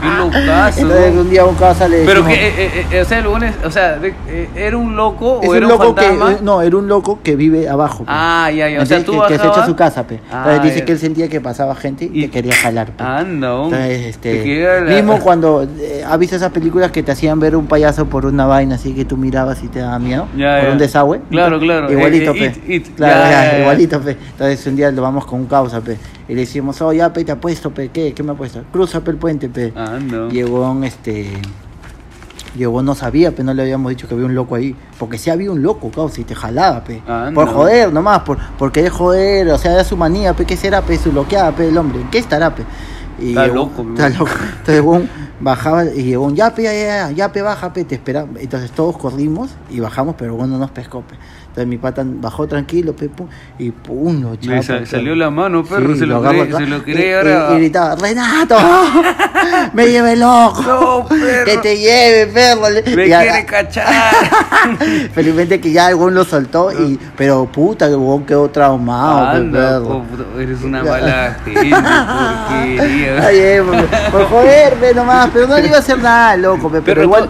[SPEAKER 1] Qué locazo.
[SPEAKER 2] Entonces
[SPEAKER 1] weón.
[SPEAKER 2] un día a un casa le
[SPEAKER 1] Pero
[SPEAKER 2] decimos-
[SPEAKER 1] que, eh, eh, eh, o sea, el weón es- o sea, de- eh, ¿era un loco
[SPEAKER 2] es
[SPEAKER 1] o
[SPEAKER 2] un
[SPEAKER 1] era un,
[SPEAKER 2] loco que
[SPEAKER 1] fantasma?
[SPEAKER 2] eh, no, era un loco que vive abajo. pe.
[SPEAKER 1] Ah, ya, ya. O sea,
[SPEAKER 2] Entonces,
[SPEAKER 1] tú
[SPEAKER 2] que, que se echa a
[SPEAKER 1] bajabas-
[SPEAKER 2] su casa, pe.
[SPEAKER 1] Ah,
[SPEAKER 2] Entonces, dice
[SPEAKER 1] ya.
[SPEAKER 2] que él sentía que pasaba gente y,
[SPEAKER 1] Y- Ah,
[SPEAKER 2] te quería jalar, pues. pe.
[SPEAKER 1] Anda, weón.
[SPEAKER 2] Entonces,
[SPEAKER 1] Te
[SPEAKER 2] este,
[SPEAKER 1] queda la-
[SPEAKER 2] mismo cuando eh, has visto esas películas que te hacían ver un payaso por una vaina así que tú mirabas y te daba miedo,
[SPEAKER 1] Ya,
[SPEAKER 2] por
[SPEAKER 1] ya.
[SPEAKER 2] un desagüe.
[SPEAKER 1] Claro, claro.
[SPEAKER 2] Igualito,
[SPEAKER 1] Eh, eh,
[SPEAKER 2] pe.
[SPEAKER 1] it, it.
[SPEAKER 2] Claro,
[SPEAKER 1] Ya,
[SPEAKER 2] ya,
[SPEAKER 1] ya, ya.
[SPEAKER 2] igualito, pe. Entonces un día lo vamos con causa, pe. Y le decimos, oh, ya, pe, te apuesto, pe, ¿qué? ¿Qué me apuestas? Cruza, pe, el puente, pe.
[SPEAKER 1] Ah, no.
[SPEAKER 2] Y el huevón, este. Llegó, no sabía, pero no le habíamos dicho que había un loco ahí. Porque sí había un loco, causa, y te jalaba, pe.
[SPEAKER 1] Ah,
[SPEAKER 2] por
[SPEAKER 1] no.
[SPEAKER 2] joder, nomás, por, porque es joder, o sea, era su manía, pe. ¿Qué será, pe? Su loqueada, pe, el hombre. ¿En qué estará, pe? Y
[SPEAKER 1] Está
[SPEAKER 2] el huevón-
[SPEAKER 1] loco, mi
[SPEAKER 2] Está
[SPEAKER 1] huevón.
[SPEAKER 2] loco. Entonces, el huevón bajaba y llegó, ya, pe, ya, ya, ya, ya, pe, baja, pe, te esperaba. Entonces, todos corrimos y bajamos, pero bueno, no nos pescó, pe. Entonces, mi pata bajó tranquilo, pe, pum, y pum, lo
[SPEAKER 1] Le
[SPEAKER 2] chapa,
[SPEAKER 1] sa-
[SPEAKER 2] pe.
[SPEAKER 1] salió la mano, perro.
[SPEAKER 2] Sí,
[SPEAKER 1] se, lo
[SPEAKER 2] agarro
[SPEAKER 1] cree,
[SPEAKER 2] acá.
[SPEAKER 1] se lo
[SPEAKER 2] Y-
[SPEAKER 1] cree
[SPEAKER 2] y-
[SPEAKER 1] ahora.
[SPEAKER 2] y gritaba, Renato, me lleve loco.
[SPEAKER 1] No, perro.
[SPEAKER 2] Que te Ah, lleve, perro.
[SPEAKER 1] Me
[SPEAKER 2] Y a-
[SPEAKER 1] quiere cachar.
[SPEAKER 2] felizmente que ya algún lo soltó, y, pero puta, que huevón quedó traumado. pe,
[SPEAKER 1] Anda,
[SPEAKER 2] pues, perro.
[SPEAKER 1] Ah, po, puto, eres una mala gente, porquería.
[SPEAKER 2] Ay, eh, por, por joder, ve nomás, pero no le iba a hacer nada, loco, pe, pero,
[SPEAKER 1] Pero
[SPEAKER 2] igual.
[SPEAKER 1] ¿tú,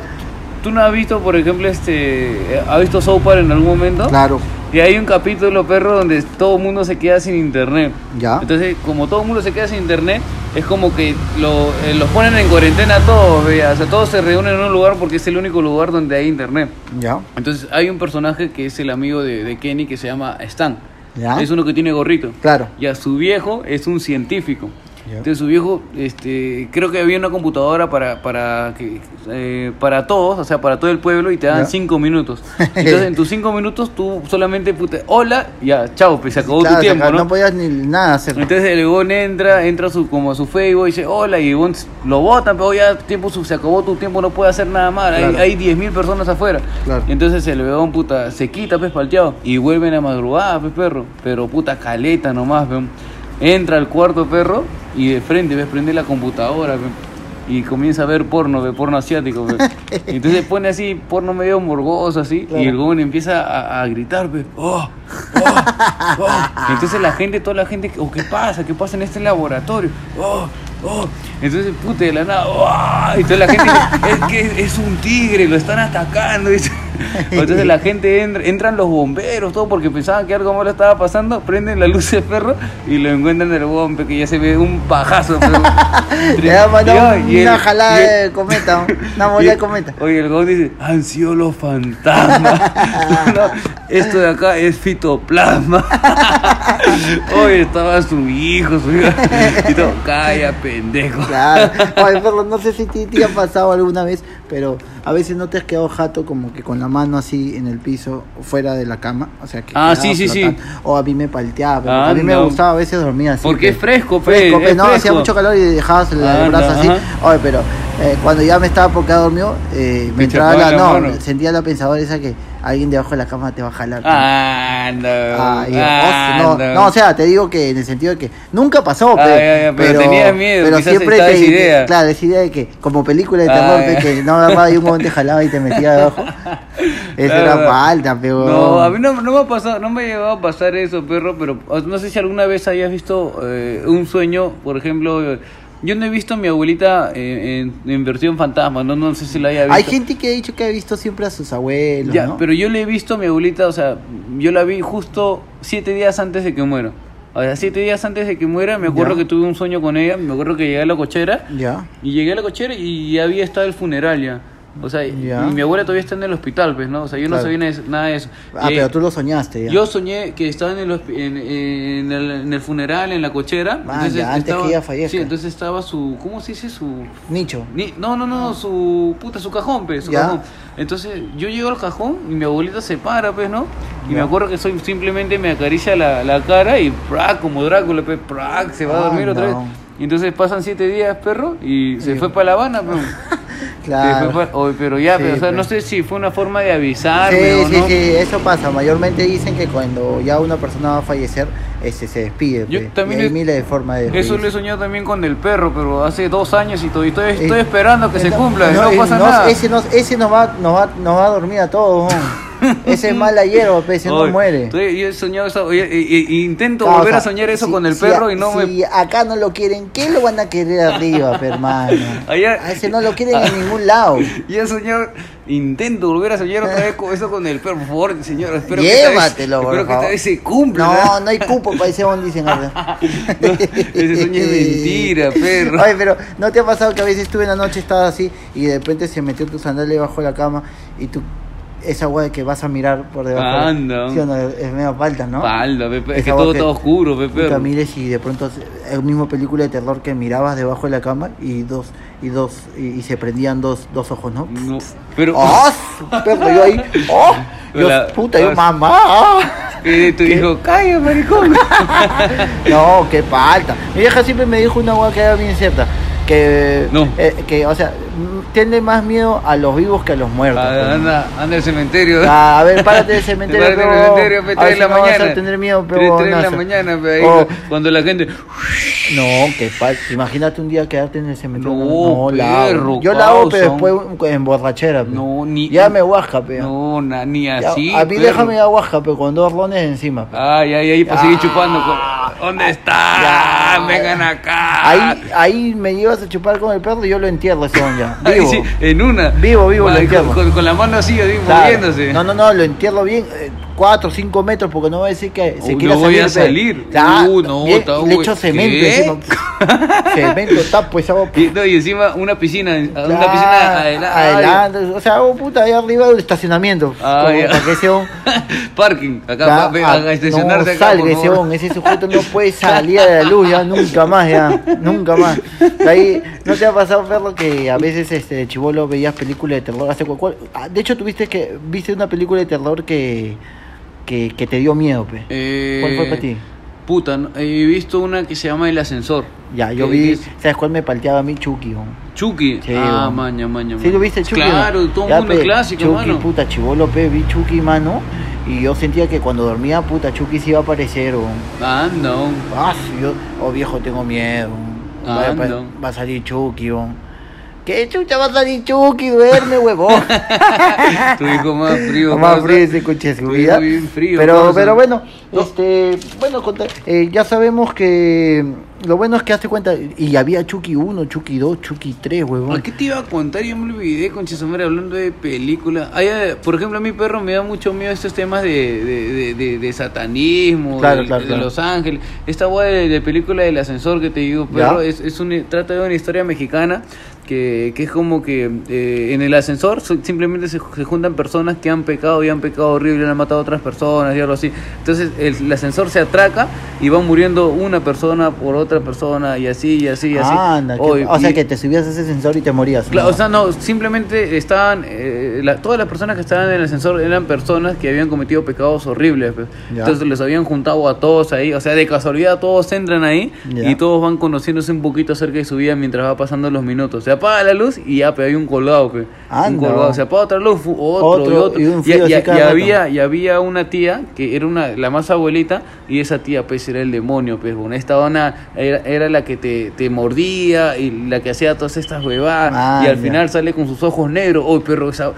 [SPEAKER 1] tú no has visto, por ejemplo, este. eh, ¿Has visto South Park en algún momento?
[SPEAKER 2] Claro,
[SPEAKER 1] Y hay un capítulo, perro, donde todo el mundo se queda sin internet.
[SPEAKER 2] Ya.
[SPEAKER 1] Entonces, como todo el mundo se queda sin internet, es como que lo, eh, los ponen en cuarentena a todos, vea. O sea, todos se reúnen en un lugar porque es el único lugar donde hay internet.
[SPEAKER 2] Ya.
[SPEAKER 1] Entonces hay un personaje que es el amigo de, de Kenny que se llama Stan.
[SPEAKER 2] Ya.
[SPEAKER 1] Es uno que tiene gorrito.
[SPEAKER 2] ¿Ah? Claro.
[SPEAKER 1] Ya, su viejo es un científico.
[SPEAKER 2] Ya.
[SPEAKER 1] Entonces su viejo, este, creo que había una computadora para, para, que, eh, para todos, o sea, para todo el pueblo y te dan
[SPEAKER 2] Ya.
[SPEAKER 1] cinco minutos. Entonces en tus cinco minutos tú solamente, puta, hola, ya, chao, pues se acabó
[SPEAKER 2] Claro,
[SPEAKER 1] tu tiempo,
[SPEAKER 2] saca-
[SPEAKER 1] ¿no?
[SPEAKER 2] podías ni nada hacer.
[SPEAKER 1] Entonces el Gon entra, entra a su, como a su Facebook y dice, hola, y Gon lo votan, pero ya tiempo su- se acabó tu tiempo, no puede hacer nada más, hay-
[SPEAKER 2] Claro.
[SPEAKER 1] hay 10.000 personas afuera.
[SPEAKER 2] Claro.
[SPEAKER 1] Entonces el Gon, puta, se quita, pues, palteado, y vuelven a madrugada, pues, perro, pero puta, caleta nomás, pe. Entra al cuarto, perro, y de frente, ves, prende la computadora, pe. Y comienza a ver porno, de porno asiático. pe. Entonces pone así, porno medio morboso, así.
[SPEAKER 2] Claro.
[SPEAKER 1] Y el Gon empieza a, a gritar, pe, "Oh, oh, Oh, Entonces la gente, toda la gente, oh, ¿qué pasa? ¿Qué pasa en este laboratorio? Oh, oh. Entonces, puta, de la nada, oh, y toda la gente, es que es un tigre, lo están atacando. dice. Entonces la gente entra, entran los bomberos, todo, porque pensaban que algo malo estaba pasando, prenden la luz de perro y lo encuentran en el bombe, que ya se ve un pajazo. Pero,
[SPEAKER 2] Le da mandado
[SPEAKER 1] Y el-
[SPEAKER 2] una jalada
[SPEAKER 1] y el-
[SPEAKER 2] de cometa, una
[SPEAKER 1] y-
[SPEAKER 2] bola de cometa.
[SPEAKER 1] Oye, el gol dice, han sido los fantasmas. No, esto de acá es fitoplasma. Oye, estaba su hijo, su hija. Y todo, calla, pendejo.
[SPEAKER 2] Claro. Ay, Ferro, no sé si te, te ha pasado alguna vez, pero a veces no te has quedado jato como que con la mano así en el piso, fuera de la cama. O sea, que
[SPEAKER 1] Ah,
[SPEAKER 2] quedaba
[SPEAKER 1] sí, sí, sí.
[SPEAKER 2] flotando. O a mí me palteaba, pero
[SPEAKER 1] Ah,
[SPEAKER 2] a mí me
[SPEAKER 1] no.
[SPEAKER 2] gustaba a veces dormir así.
[SPEAKER 1] Porque es
[SPEAKER 2] pe.
[SPEAKER 1] fresco, pe,
[SPEAKER 2] Fresco, pe,
[SPEAKER 1] es
[SPEAKER 2] no, hacía
[SPEAKER 1] fresco.
[SPEAKER 2] mucho calor y dejabas el
[SPEAKER 1] Ah,
[SPEAKER 2] brazo
[SPEAKER 1] anda,
[SPEAKER 2] así.
[SPEAKER 1] ajá.
[SPEAKER 2] Oye, pero eh, cuando ya me estaba por quedar dormido, eh,
[SPEAKER 1] Te
[SPEAKER 2] me entraba la,
[SPEAKER 1] chapaba la
[SPEAKER 2] no,
[SPEAKER 1] mano.
[SPEAKER 2] sentía la pensadora esa que alguien debajo de la cama te va a jalar. pe.
[SPEAKER 1] Ah, no.
[SPEAKER 2] Ah, y-
[SPEAKER 1] Ah,
[SPEAKER 2] o- no, no, o sea, te digo que en el sentido de que nunca pasó,
[SPEAKER 1] Ah,
[SPEAKER 2] pe-
[SPEAKER 1] ya, ya, pero tenías miedo,
[SPEAKER 2] pero
[SPEAKER 1] quizás
[SPEAKER 2] siempre
[SPEAKER 1] estaba
[SPEAKER 2] te,
[SPEAKER 1] esa idea.
[SPEAKER 2] claro, esa idea de que como película de
[SPEAKER 1] Ah,
[SPEAKER 2] terror, pe,
[SPEAKER 1] ya.
[SPEAKER 2] que no agarraba y un momento te jalaba y te metía debajo. Eso
[SPEAKER 1] Claro.
[SPEAKER 2] era falta, pero
[SPEAKER 1] No, a mí no, no me ha pasado, no me ha llegado a pasar eso, perro, pero o- no sé si alguna vez hayas visto eh, un sueño, por ejemplo, eh, yo no he visto a mi abuelita eh, en, en versión fantasma, no, no sé si la haya visto.
[SPEAKER 2] Hay gente que ha dicho que ha visto siempre a sus abuelos,
[SPEAKER 1] Ya,
[SPEAKER 2] ¿no?
[SPEAKER 1] pero yo le he visto a mi abuelita, o sea, yo la vi justo siete días antes de que muera. O sea, siete días antes de que muera, me acuerdo
[SPEAKER 2] Ya.
[SPEAKER 1] que tuve un sueño con ella, me acuerdo que llegué a la cochera,
[SPEAKER 2] Ya.
[SPEAKER 1] y llegué a la cochera y ya había estado el funeral ya. O sea,
[SPEAKER 2] Ya.
[SPEAKER 1] y mi abuela todavía está en el hospital, pues, ¿no? O sea, yo no
[SPEAKER 2] Claro.
[SPEAKER 1] sabía na- nada de eso.
[SPEAKER 2] Ah,
[SPEAKER 1] Llegué-
[SPEAKER 2] pero tú lo soñaste ya.
[SPEAKER 1] yo soñé que estaba en el, hosp- en, en el, en el funeral, en la cochera.
[SPEAKER 2] Ah, ya, antes que ella fallezca.
[SPEAKER 1] Sí, entonces estaba su. ¿Cómo se dice su.?
[SPEAKER 2] Nicho.
[SPEAKER 1] ni- no, no, no, su. Puta, su cajón, pues. Su
[SPEAKER 2] Ya.
[SPEAKER 1] cajón. Entonces yo llego al cajón y mi abuelita se para, pues, ¿no? Y me
[SPEAKER 2] Ya.
[SPEAKER 1] acuerdo que soy, simplemente me acaricia la, la cara y ¡prac! Como Drácula, pues, ¡prac! Se va a
[SPEAKER 2] Ah,
[SPEAKER 1] dormir otra vez.
[SPEAKER 2] no.
[SPEAKER 1] Y entonces pasan siete días, perro, y se fue para La Habana, pues. Se
[SPEAKER 2] Claro.
[SPEAKER 1] fue pa- Oye, pero ya,
[SPEAKER 2] Sí,
[SPEAKER 1] pero, o sea,
[SPEAKER 2] pero-
[SPEAKER 1] no sé si fue una forma de avisarme
[SPEAKER 2] Sí,
[SPEAKER 1] o
[SPEAKER 2] sí,
[SPEAKER 1] no.
[SPEAKER 2] sí, eso pasa. Mayormente dicen que cuando ya una persona va a fallecer, este, se despide.
[SPEAKER 1] Yo
[SPEAKER 2] pe,
[SPEAKER 1] también
[SPEAKER 2] y hay
[SPEAKER 1] he-
[SPEAKER 2] miles de formas de
[SPEAKER 1] Eso lo
[SPEAKER 2] despedirse.
[SPEAKER 1] he soñado también con el perro, pero hace dos años y todavía estoy, estoy
[SPEAKER 2] Eh,
[SPEAKER 1] esperando que se
[SPEAKER 2] no,
[SPEAKER 1] cumpla,
[SPEAKER 2] no,
[SPEAKER 1] no,
[SPEAKER 2] eh,
[SPEAKER 1] pasa
[SPEAKER 2] no,
[SPEAKER 1] nada.
[SPEAKER 2] Ese, nos, ese nos, va, nos, va, nos va a dormir a todos. ¿no? ese es mala hierba, pe, ese no
[SPEAKER 1] Oye,
[SPEAKER 2] muere.
[SPEAKER 1] estoy- eh, yo he soñado eso, oye, e- e- intento
[SPEAKER 2] No, o
[SPEAKER 1] volver
[SPEAKER 2] sea,
[SPEAKER 1] a soñar eso
[SPEAKER 2] si-
[SPEAKER 1] con el
[SPEAKER 2] si
[SPEAKER 1] perro
[SPEAKER 2] a-
[SPEAKER 1] y no me...
[SPEAKER 2] si acá no lo quieren, ¿qué lo van a querer arriba, pe, hermano?
[SPEAKER 1] Allá-
[SPEAKER 2] A ese no lo quieren en ningún lado.
[SPEAKER 1] Yo he soñado, intento volver a soñar otra vez con eso con el perro, por favor, señor, espero que esta
[SPEAKER 2] Llévatelo,
[SPEAKER 1] vez, espero
[SPEAKER 2] por
[SPEAKER 1] que esta
[SPEAKER 2] favor.
[SPEAKER 1] vez se cumpla.
[SPEAKER 2] No, no hay cupo pues, para ese on, dicen ahora.
[SPEAKER 1] No, ese sueño es mentira, perro.
[SPEAKER 2] Ay, pero ¿no te ha pasado que a veces tú en la noche estás así y de repente se metió tu sandalia bajo la cama y tú esa hueá que vas a mirar por debajo? de-
[SPEAKER 1] Anda.
[SPEAKER 2] ¿Sí o no? Es medio falta, ¿no?
[SPEAKER 1] Palda, pe, pe, es
[SPEAKER 2] Esa
[SPEAKER 1] que
[SPEAKER 2] hueá
[SPEAKER 1] todo está oscuro, pe,
[SPEAKER 2] puta,
[SPEAKER 1] perro.
[SPEAKER 2] mires y de pronto el mismo película de terror que mirabas debajo de la cama y dos y dos y, y se prendían dos dos ojos, ¿no?
[SPEAKER 1] No, pero...
[SPEAKER 2] ¡Oh! Perro, yo ahí. ¡Oh! Yo,
[SPEAKER 1] La-
[SPEAKER 2] puta, yo
[SPEAKER 1] la-
[SPEAKER 2] mamá. ah".
[SPEAKER 1] Y tu hijo, calla, maricón.
[SPEAKER 2] No, qué falta. Mi vieja siempre me dijo una hueá que era bien cierta. Que,
[SPEAKER 1] No.
[SPEAKER 2] eh, que, o sea, m- tiene más miedo a los vivos que a los muertos.
[SPEAKER 1] Ah,
[SPEAKER 2] pues.
[SPEAKER 1] anda, anda al cementerio.
[SPEAKER 2] Ah, a ver, párate del cementerio.
[SPEAKER 1] Párate del
[SPEAKER 2] pe,
[SPEAKER 1] cementerio, pe,
[SPEAKER 2] huevón.
[SPEAKER 1] tres
[SPEAKER 2] A
[SPEAKER 1] de
[SPEAKER 2] ver
[SPEAKER 1] la
[SPEAKER 2] si no vas a
[SPEAKER 1] mañana.
[SPEAKER 2] tener miedo, pe,
[SPEAKER 1] Tres- tres de la
[SPEAKER 2] huevonazo.
[SPEAKER 1] mañana, pe, ahí,
[SPEAKER 2] Oh.
[SPEAKER 1] cuando la gente...
[SPEAKER 2] No, qué falta. Imagínate un día quedarte en el cementerio.
[SPEAKER 1] No,
[SPEAKER 2] la hago.
[SPEAKER 1] perro,
[SPEAKER 2] Yo la hago, pero
[SPEAKER 1] causa.
[SPEAKER 2] después un- en borrachera. pe.
[SPEAKER 1] No, ni-
[SPEAKER 2] Ya me guasca, pe.
[SPEAKER 1] No, na- ni
[SPEAKER 2] Ya,
[SPEAKER 1] así.
[SPEAKER 2] a mí
[SPEAKER 1] perro.
[SPEAKER 2] déjame ya guasca, pe, con dos rones encima. pe.
[SPEAKER 1] Ay, ay, ay, para
[SPEAKER 2] Ah.
[SPEAKER 1] seguir chupando. con- ¿Dónde está?
[SPEAKER 2] Ya.
[SPEAKER 1] Vengan acá.
[SPEAKER 2] Ahí, ahí me llevas a chupar con el perro y yo lo entierro ese don ya.
[SPEAKER 1] Ahí
[SPEAKER 2] Vivo.
[SPEAKER 1] sí, en una.
[SPEAKER 2] Vivo, vivo,
[SPEAKER 1] Con-
[SPEAKER 2] lo
[SPEAKER 1] con,
[SPEAKER 2] entierro.
[SPEAKER 1] con- con la mano así, así,
[SPEAKER 2] Claro.
[SPEAKER 1] moviéndose.
[SPEAKER 2] No, no, no, lo entierro bien. eh, 4 o 5 metros porque no va a decir que se
[SPEAKER 1] Uy,
[SPEAKER 2] quiera
[SPEAKER 1] no
[SPEAKER 2] salir.
[SPEAKER 1] voy a
[SPEAKER 2] pe.
[SPEAKER 1] salir.
[SPEAKER 2] Claro,
[SPEAKER 1] Uh, no,
[SPEAKER 2] bien,
[SPEAKER 1] está
[SPEAKER 2] y le
[SPEAKER 1] bueno.
[SPEAKER 2] echo cemento.
[SPEAKER 1] ¿Qué?
[SPEAKER 2] encima. cemento, tapo esa agua.
[SPEAKER 1] Y, no, y encima una piscina, una
[SPEAKER 2] Claro,
[SPEAKER 1] piscina adela-
[SPEAKER 2] adelante, O sea, oh, puta, ahí arriba del estacionamiento.
[SPEAKER 1] Ah,
[SPEAKER 2] como
[SPEAKER 1] ya.
[SPEAKER 2] para que ese hombre-
[SPEAKER 1] ay, Parking, acá,
[SPEAKER 2] Ya,
[SPEAKER 1] papi,
[SPEAKER 2] ah,
[SPEAKER 1] a estacionarse
[SPEAKER 2] no
[SPEAKER 1] acá.
[SPEAKER 2] salga
[SPEAKER 1] por
[SPEAKER 2] ese
[SPEAKER 1] favor.
[SPEAKER 2] on, ese sujeto no puede salir a la luz ya nunca más, ya, nunca más. De ahí, ¿no te ha pasado, Ferro, que a veces este de chivolo veías películas de terror? Hace cual- cual- ah, de hecho, tuviste que, viste una película de terror que, que, que te dio miedo, pe.
[SPEAKER 1] Eh,
[SPEAKER 2] ¿Cuál fue para ti?
[SPEAKER 1] Puta, no- he visto una que se llama El Ascensor.
[SPEAKER 2] Ya, yo
[SPEAKER 1] que- que
[SPEAKER 2] vi,
[SPEAKER 1] es
[SPEAKER 2] ¿sabes cuál me palteaba a mí? Chucky, on.
[SPEAKER 1] Chucky.
[SPEAKER 2] Sí,
[SPEAKER 1] ah,
[SPEAKER 2] bueno.
[SPEAKER 1] maña, maña,
[SPEAKER 2] ¿Sí
[SPEAKER 1] maña.
[SPEAKER 2] lo viste, Chucky?
[SPEAKER 1] Claro, todo
[SPEAKER 2] Ya,
[SPEAKER 1] el mundo
[SPEAKER 2] pe,
[SPEAKER 1] clásico,
[SPEAKER 2] Chucky,
[SPEAKER 1] mano.
[SPEAKER 2] puta, chivolo, pe, vi Chucky, mano, y yo sentía que cuando dormía, puta, Chucky se iba a aparecer, on.
[SPEAKER 1] Ah, no.
[SPEAKER 2] Ah, sí, yo, oh viejo, tengo miedo.
[SPEAKER 1] Ah,
[SPEAKER 2] va, va-
[SPEAKER 1] no.
[SPEAKER 2] va a salir Chucky, oh. ¿Qué chucha va a salir Chucky? Duerme, huevón.
[SPEAKER 1] Tu hijo más frío.
[SPEAKER 2] Más
[SPEAKER 1] causa.
[SPEAKER 2] frío ese coche de
[SPEAKER 1] Tu hijo
[SPEAKER 2] seguridad.
[SPEAKER 1] bien frío,
[SPEAKER 2] pero,
[SPEAKER 1] causa.
[SPEAKER 2] pero bueno,
[SPEAKER 1] No.
[SPEAKER 2] este, bueno, conta- eh, ya sabemos que lo bueno es que hazte cuenta, y había Chucky 1, Chucky 2, Chucky 3,
[SPEAKER 1] ¿A
[SPEAKER 2] huevón.
[SPEAKER 1] qué te iba a contar? Yo me olvidé con Chisomera hablando de películas. Ay, ay, por ejemplo, a mi perro me da mucho miedo estos temas de, de, de- de- de satanismo,
[SPEAKER 2] Claro,
[SPEAKER 1] del-
[SPEAKER 2] claro,
[SPEAKER 1] de
[SPEAKER 2] claro.
[SPEAKER 1] Los Ángeles. Esta guay de, de película del ascensor que te digo, perro,
[SPEAKER 2] Ya.
[SPEAKER 1] es, es un, trata de una historia mexicana que, que es como que eh, en el ascensor so- simplemente se, se juntan personas que han pecado y han pecado horrible, han matado a otras personas y algo así. Entonces el, el ascensor se atraca y va muriendo una persona por otra persona y así y así y así.
[SPEAKER 2] Ah, Anda, qué-
[SPEAKER 1] Oy,
[SPEAKER 2] o sea
[SPEAKER 1] y-
[SPEAKER 2] que te subías a ese sensor y te morías.
[SPEAKER 1] Claro,
[SPEAKER 2] ¿no?
[SPEAKER 1] o sea, no, simplemente estaban, eh, la- todas las personas que estaban en el ascensor eran personas que habían cometido pecados horribles. pues.
[SPEAKER 2] Ya.
[SPEAKER 1] Entonces los habían juntado a todos ahí, o sea, de casualidad todos entran ahí
[SPEAKER 2] Ya.
[SPEAKER 1] y todos van conociéndose un poquito acerca de su vida mientras va pasando los minutos. Se apaga la luz y ya, pues, hay un colgado, pues. un
[SPEAKER 2] Anda.
[SPEAKER 1] colgado. Se apaga otra luz, fu- otro,
[SPEAKER 2] Otro,
[SPEAKER 1] y otro.
[SPEAKER 2] y un
[SPEAKER 1] Y-
[SPEAKER 2] frío
[SPEAKER 1] y-
[SPEAKER 2] así cada
[SPEAKER 1] y
[SPEAKER 2] rato.
[SPEAKER 1] había, y había una tía que era una, la más abuelita y esa tía, pues, era el demonio, pues, bueno. Esta dona era, era la que te, te mordía y la que hacía todas estas huevadas. Ah, y al
[SPEAKER 2] ya.
[SPEAKER 1] final sale con sus ojos negros. Hoy, perro, esa-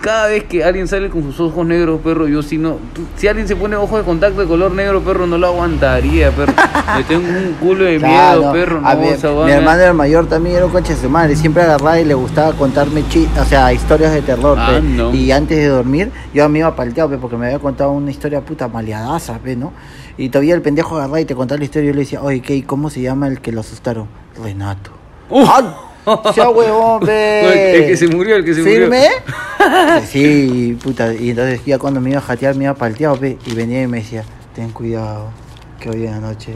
[SPEAKER 1] cada vez que alguien sale con sus ojos negros, perro, yo si no. tú- si alguien se pone ojos de contacto de color negro, perro, no lo aguantaría, perro. Le tengo un culo de
[SPEAKER 2] Claro,
[SPEAKER 1] miedo, perro. No,
[SPEAKER 2] a mi,
[SPEAKER 1] esa
[SPEAKER 2] mi
[SPEAKER 1] vaina-
[SPEAKER 2] hermano el mayor también era un concha de su madre. Siempre agarraba y le gustaba contarme chi- o sea, historias de terror.
[SPEAKER 1] Ah,
[SPEAKER 2] pe.
[SPEAKER 1] no.
[SPEAKER 2] Y antes de dormir, yo me iba palteado pe, porque me había contado una historia puta maleadaza, pe, ¿no? Y todavía el pendejo agarraba y te contaba la historia y yo le decía, oye, ¿qué, ¿cómo se llama el que lo asustaron? Renato.
[SPEAKER 1] ¡Uh!
[SPEAKER 2] ¡Ah! ¡Sea huevón, pe!
[SPEAKER 1] El que se murió, el que se murió.
[SPEAKER 2] ¿Firme? Sí, puta. Y entonces ya cuando me iba a jatear, me iba palteado, pe, y venía y me decía, ten cuidado, que hoy en la noche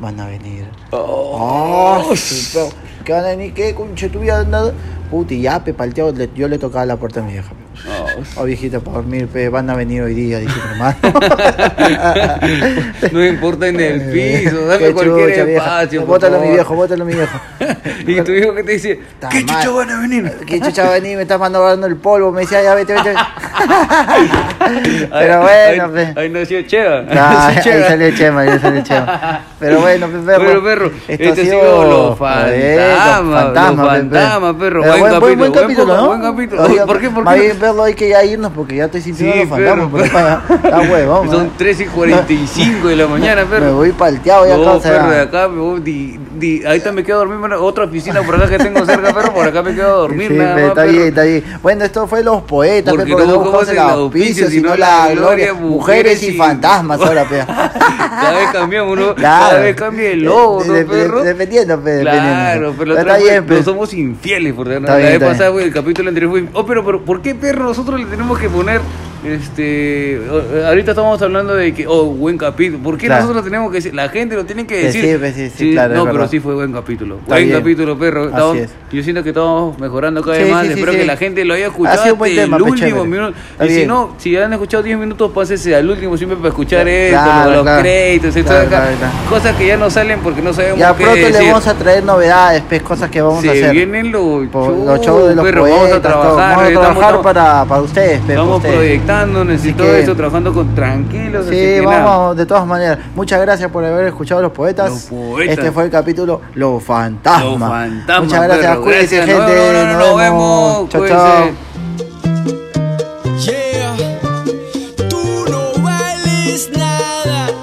[SPEAKER 2] van a venir.
[SPEAKER 1] Oh.
[SPEAKER 2] Oh, su perro. ¿Qué van a venir? ¿Qué conche tu vida? Nada. Puta, y ya, pe, palteado, le- yo le tocaba la puerta a mi vieja. pe.
[SPEAKER 1] Oh.
[SPEAKER 2] Oh, viejita, para dormir, pe, van a venir hoy día, dije, hermano.
[SPEAKER 1] no importa en el piso, dame
[SPEAKER 2] Qué
[SPEAKER 1] cualquier
[SPEAKER 2] chucha, vieja.
[SPEAKER 1] espacio. por
[SPEAKER 2] Bótalo a mi
[SPEAKER 1] favor.
[SPEAKER 2] viejo, bótalo a mi viejo.
[SPEAKER 1] Y tu hijo que te dice,
[SPEAKER 2] Está
[SPEAKER 1] ¿qué
[SPEAKER 2] mal.
[SPEAKER 1] chucha van a venir?
[SPEAKER 2] Que chucha va a venir? Me estás mandando el polvo. Me decía, ya vete, vete. vete. Pero bueno,
[SPEAKER 1] ahí,
[SPEAKER 2] pe.
[SPEAKER 1] ahí nació Cheva.
[SPEAKER 2] Nah,
[SPEAKER 1] Nació
[SPEAKER 2] ahí
[SPEAKER 1] Cheva.
[SPEAKER 2] salió el Chema, ahí salió el Chema. Pero bueno, pe, perro.
[SPEAKER 1] Bueno, perro,
[SPEAKER 2] esto
[SPEAKER 1] este ha sido, los
[SPEAKER 2] eh,
[SPEAKER 1] fantasmas,
[SPEAKER 2] fantasmas,
[SPEAKER 1] los
[SPEAKER 2] pe,
[SPEAKER 1] fantasmas, perro.
[SPEAKER 2] Pero
[SPEAKER 1] Buen, capítulo,
[SPEAKER 2] buen capítulo,
[SPEAKER 1] poco,
[SPEAKER 2] ¿no?
[SPEAKER 1] buen capítulo.
[SPEAKER 2] Oiga,
[SPEAKER 1] ¿Por qué? ¿Por
[SPEAKER 2] más
[SPEAKER 1] qué?
[SPEAKER 2] bien, perro, hay que ya irnos porque ya estoy sintiendo los fantasmas. por acá, ya. Está huevón.
[SPEAKER 1] Son
[SPEAKER 2] ¿no?
[SPEAKER 1] 3 y 45 de la mañana, perro.
[SPEAKER 2] Me voy palteado ya,
[SPEAKER 1] No,
[SPEAKER 2] causa,
[SPEAKER 1] perro,
[SPEAKER 2] ya.
[SPEAKER 1] de acá me voy. Di, di- ahorita me quedo a dormir. mano. Otra oficina por acá que tengo cerca, perro. Por acá me quedo a dormir.
[SPEAKER 2] Sí,
[SPEAKER 1] nada
[SPEAKER 2] pe,
[SPEAKER 1] más,
[SPEAKER 2] está
[SPEAKER 1] perro.
[SPEAKER 2] bien, está bien. Bueno, esto fue Los Poetas,
[SPEAKER 1] Porque
[SPEAKER 2] pe, porque
[SPEAKER 1] no
[SPEAKER 2] no
[SPEAKER 1] buscamos
[SPEAKER 2] buscamos el auspicio, sino la gloria. Mujeres y fantasmas ahora, pe.
[SPEAKER 1] Cada vez cambiamos, ¿no? Cada
[SPEAKER 2] Claro.
[SPEAKER 1] vez cambia el logo, ¿no,
[SPEAKER 2] De- de-
[SPEAKER 1] perro?
[SPEAKER 2] Dependiendo, pe,
[SPEAKER 1] Claro,
[SPEAKER 2] dependiendo.
[SPEAKER 1] pero la
[SPEAKER 2] Está
[SPEAKER 1] otra vez
[SPEAKER 2] bien, pe.
[SPEAKER 1] no somos infieles, por
[SPEAKER 2] Está
[SPEAKER 1] la
[SPEAKER 2] bien,
[SPEAKER 1] vez
[SPEAKER 2] está
[SPEAKER 1] pasada,
[SPEAKER 2] bien.
[SPEAKER 1] güey, el capítulo anterior fue. Oh, pero, pero, ¿por qué perro? Nosotros le tenemos que poner. Este. o- Ahorita estamos hablando de que. Oh, buen capítulo. ¿Por qué
[SPEAKER 2] Claro.
[SPEAKER 1] nosotros tenemos que decir? La gente lo tiene que
[SPEAKER 2] Sí,
[SPEAKER 1] decir.
[SPEAKER 2] sí, pues, sí, sí, claro,
[SPEAKER 1] No,
[SPEAKER 2] es
[SPEAKER 1] pero
[SPEAKER 2] verdad.
[SPEAKER 1] sí fue buen capítulo.
[SPEAKER 2] Está
[SPEAKER 1] buen
[SPEAKER 2] bien.
[SPEAKER 1] capítulo, perro.
[SPEAKER 2] Así
[SPEAKER 1] Estamos-
[SPEAKER 2] es.
[SPEAKER 1] yo siento que estamos mejorando cada
[SPEAKER 2] Sí,
[SPEAKER 1] vez más.
[SPEAKER 2] sí, sí,
[SPEAKER 1] Espero
[SPEAKER 2] sí.
[SPEAKER 1] que la gente lo haya escuchado.
[SPEAKER 2] Ha sido un buen
[SPEAKER 1] hasta
[SPEAKER 2] tema,
[SPEAKER 1] el
[SPEAKER 2] pues,
[SPEAKER 1] último
[SPEAKER 2] chévere.
[SPEAKER 1] minuto.
[SPEAKER 2] Está
[SPEAKER 1] Y si
[SPEAKER 2] bien.
[SPEAKER 1] no, si han escuchado 10 minutos, pásense al último siempre para escuchar esto,
[SPEAKER 2] Claro,
[SPEAKER 1] los, los
[SPEAKER 2] claro.
[SPEAKER 1] créditos, esto,
[SPEAKER 2] Claro,
[SPEAKER 1] acá.
[SPEAKER 2] claro, claro.
[SPEAKER 1] cosas que ya no salen porque no sabemos
[SPEAKER 2] Ya
[SPEAKER 1] qué
[SPEAKER 2] pronto le
[SPEAKER 1] decir.
[SPEAKER 2] vamos a traer novedades, pe, cosas que vamos
[SPEAKER 1] Se
[SPEAKER 2] a hacer.
[SPEAKER 1] vienen los,
[SPEAKER 2] Po-
[SPEAKER 1] shows,
[SPEAKER 2] los shows de los
[SPEAKER 1] perro,
[SPEAKER 2] poetas,
[SPEAKER 1] vamos a
[SPEAKER 2] todo.
[SPEAKER 1] trabajar,
[SPEAKER 2] Vamos a
[SPEAKER 1] estamos-
[SPEAKER 2] trabajar
[SPEAKER 1] estamos-
[SPEAKER 2] para, para ustedes, pe, para
[SPEAKER 1] estamos
[SPEAKER 2] ustedes.
[SPEAKER 1] proyectando, necesito
[SPEAKER 2] que-
[SPEAKER 1] eso, trabajando con tranquilos. así
[SPEAKER 2] Sí,
[SPEAKER 1] que nada.
[SPEAKER 2] vamos, de todas maneras. Muchas gracias por haber escuchado a los poetas.
[SPEAKER 1] Los poetas.
[SPEAKER 2] Este fue el capítulo Los Fantasmas.
[SPEAKER 1] Los fantasmas,
[SPEAKER 2] Muchas gracias,
[SPEAKER 1] perro.
[SPEAKER 2] cuídense,
[SPEAKER 1] Gracias, no,
[SPEAKER 2] gente.
[SPEAKER 1] no, no, nos vemos,
[SPEAKER 2] Chao,
[SPEAKER 1] cuídense.
[SPEAKER 2] chao.
[SPEAKER 3] Yeah, tú no vales nada.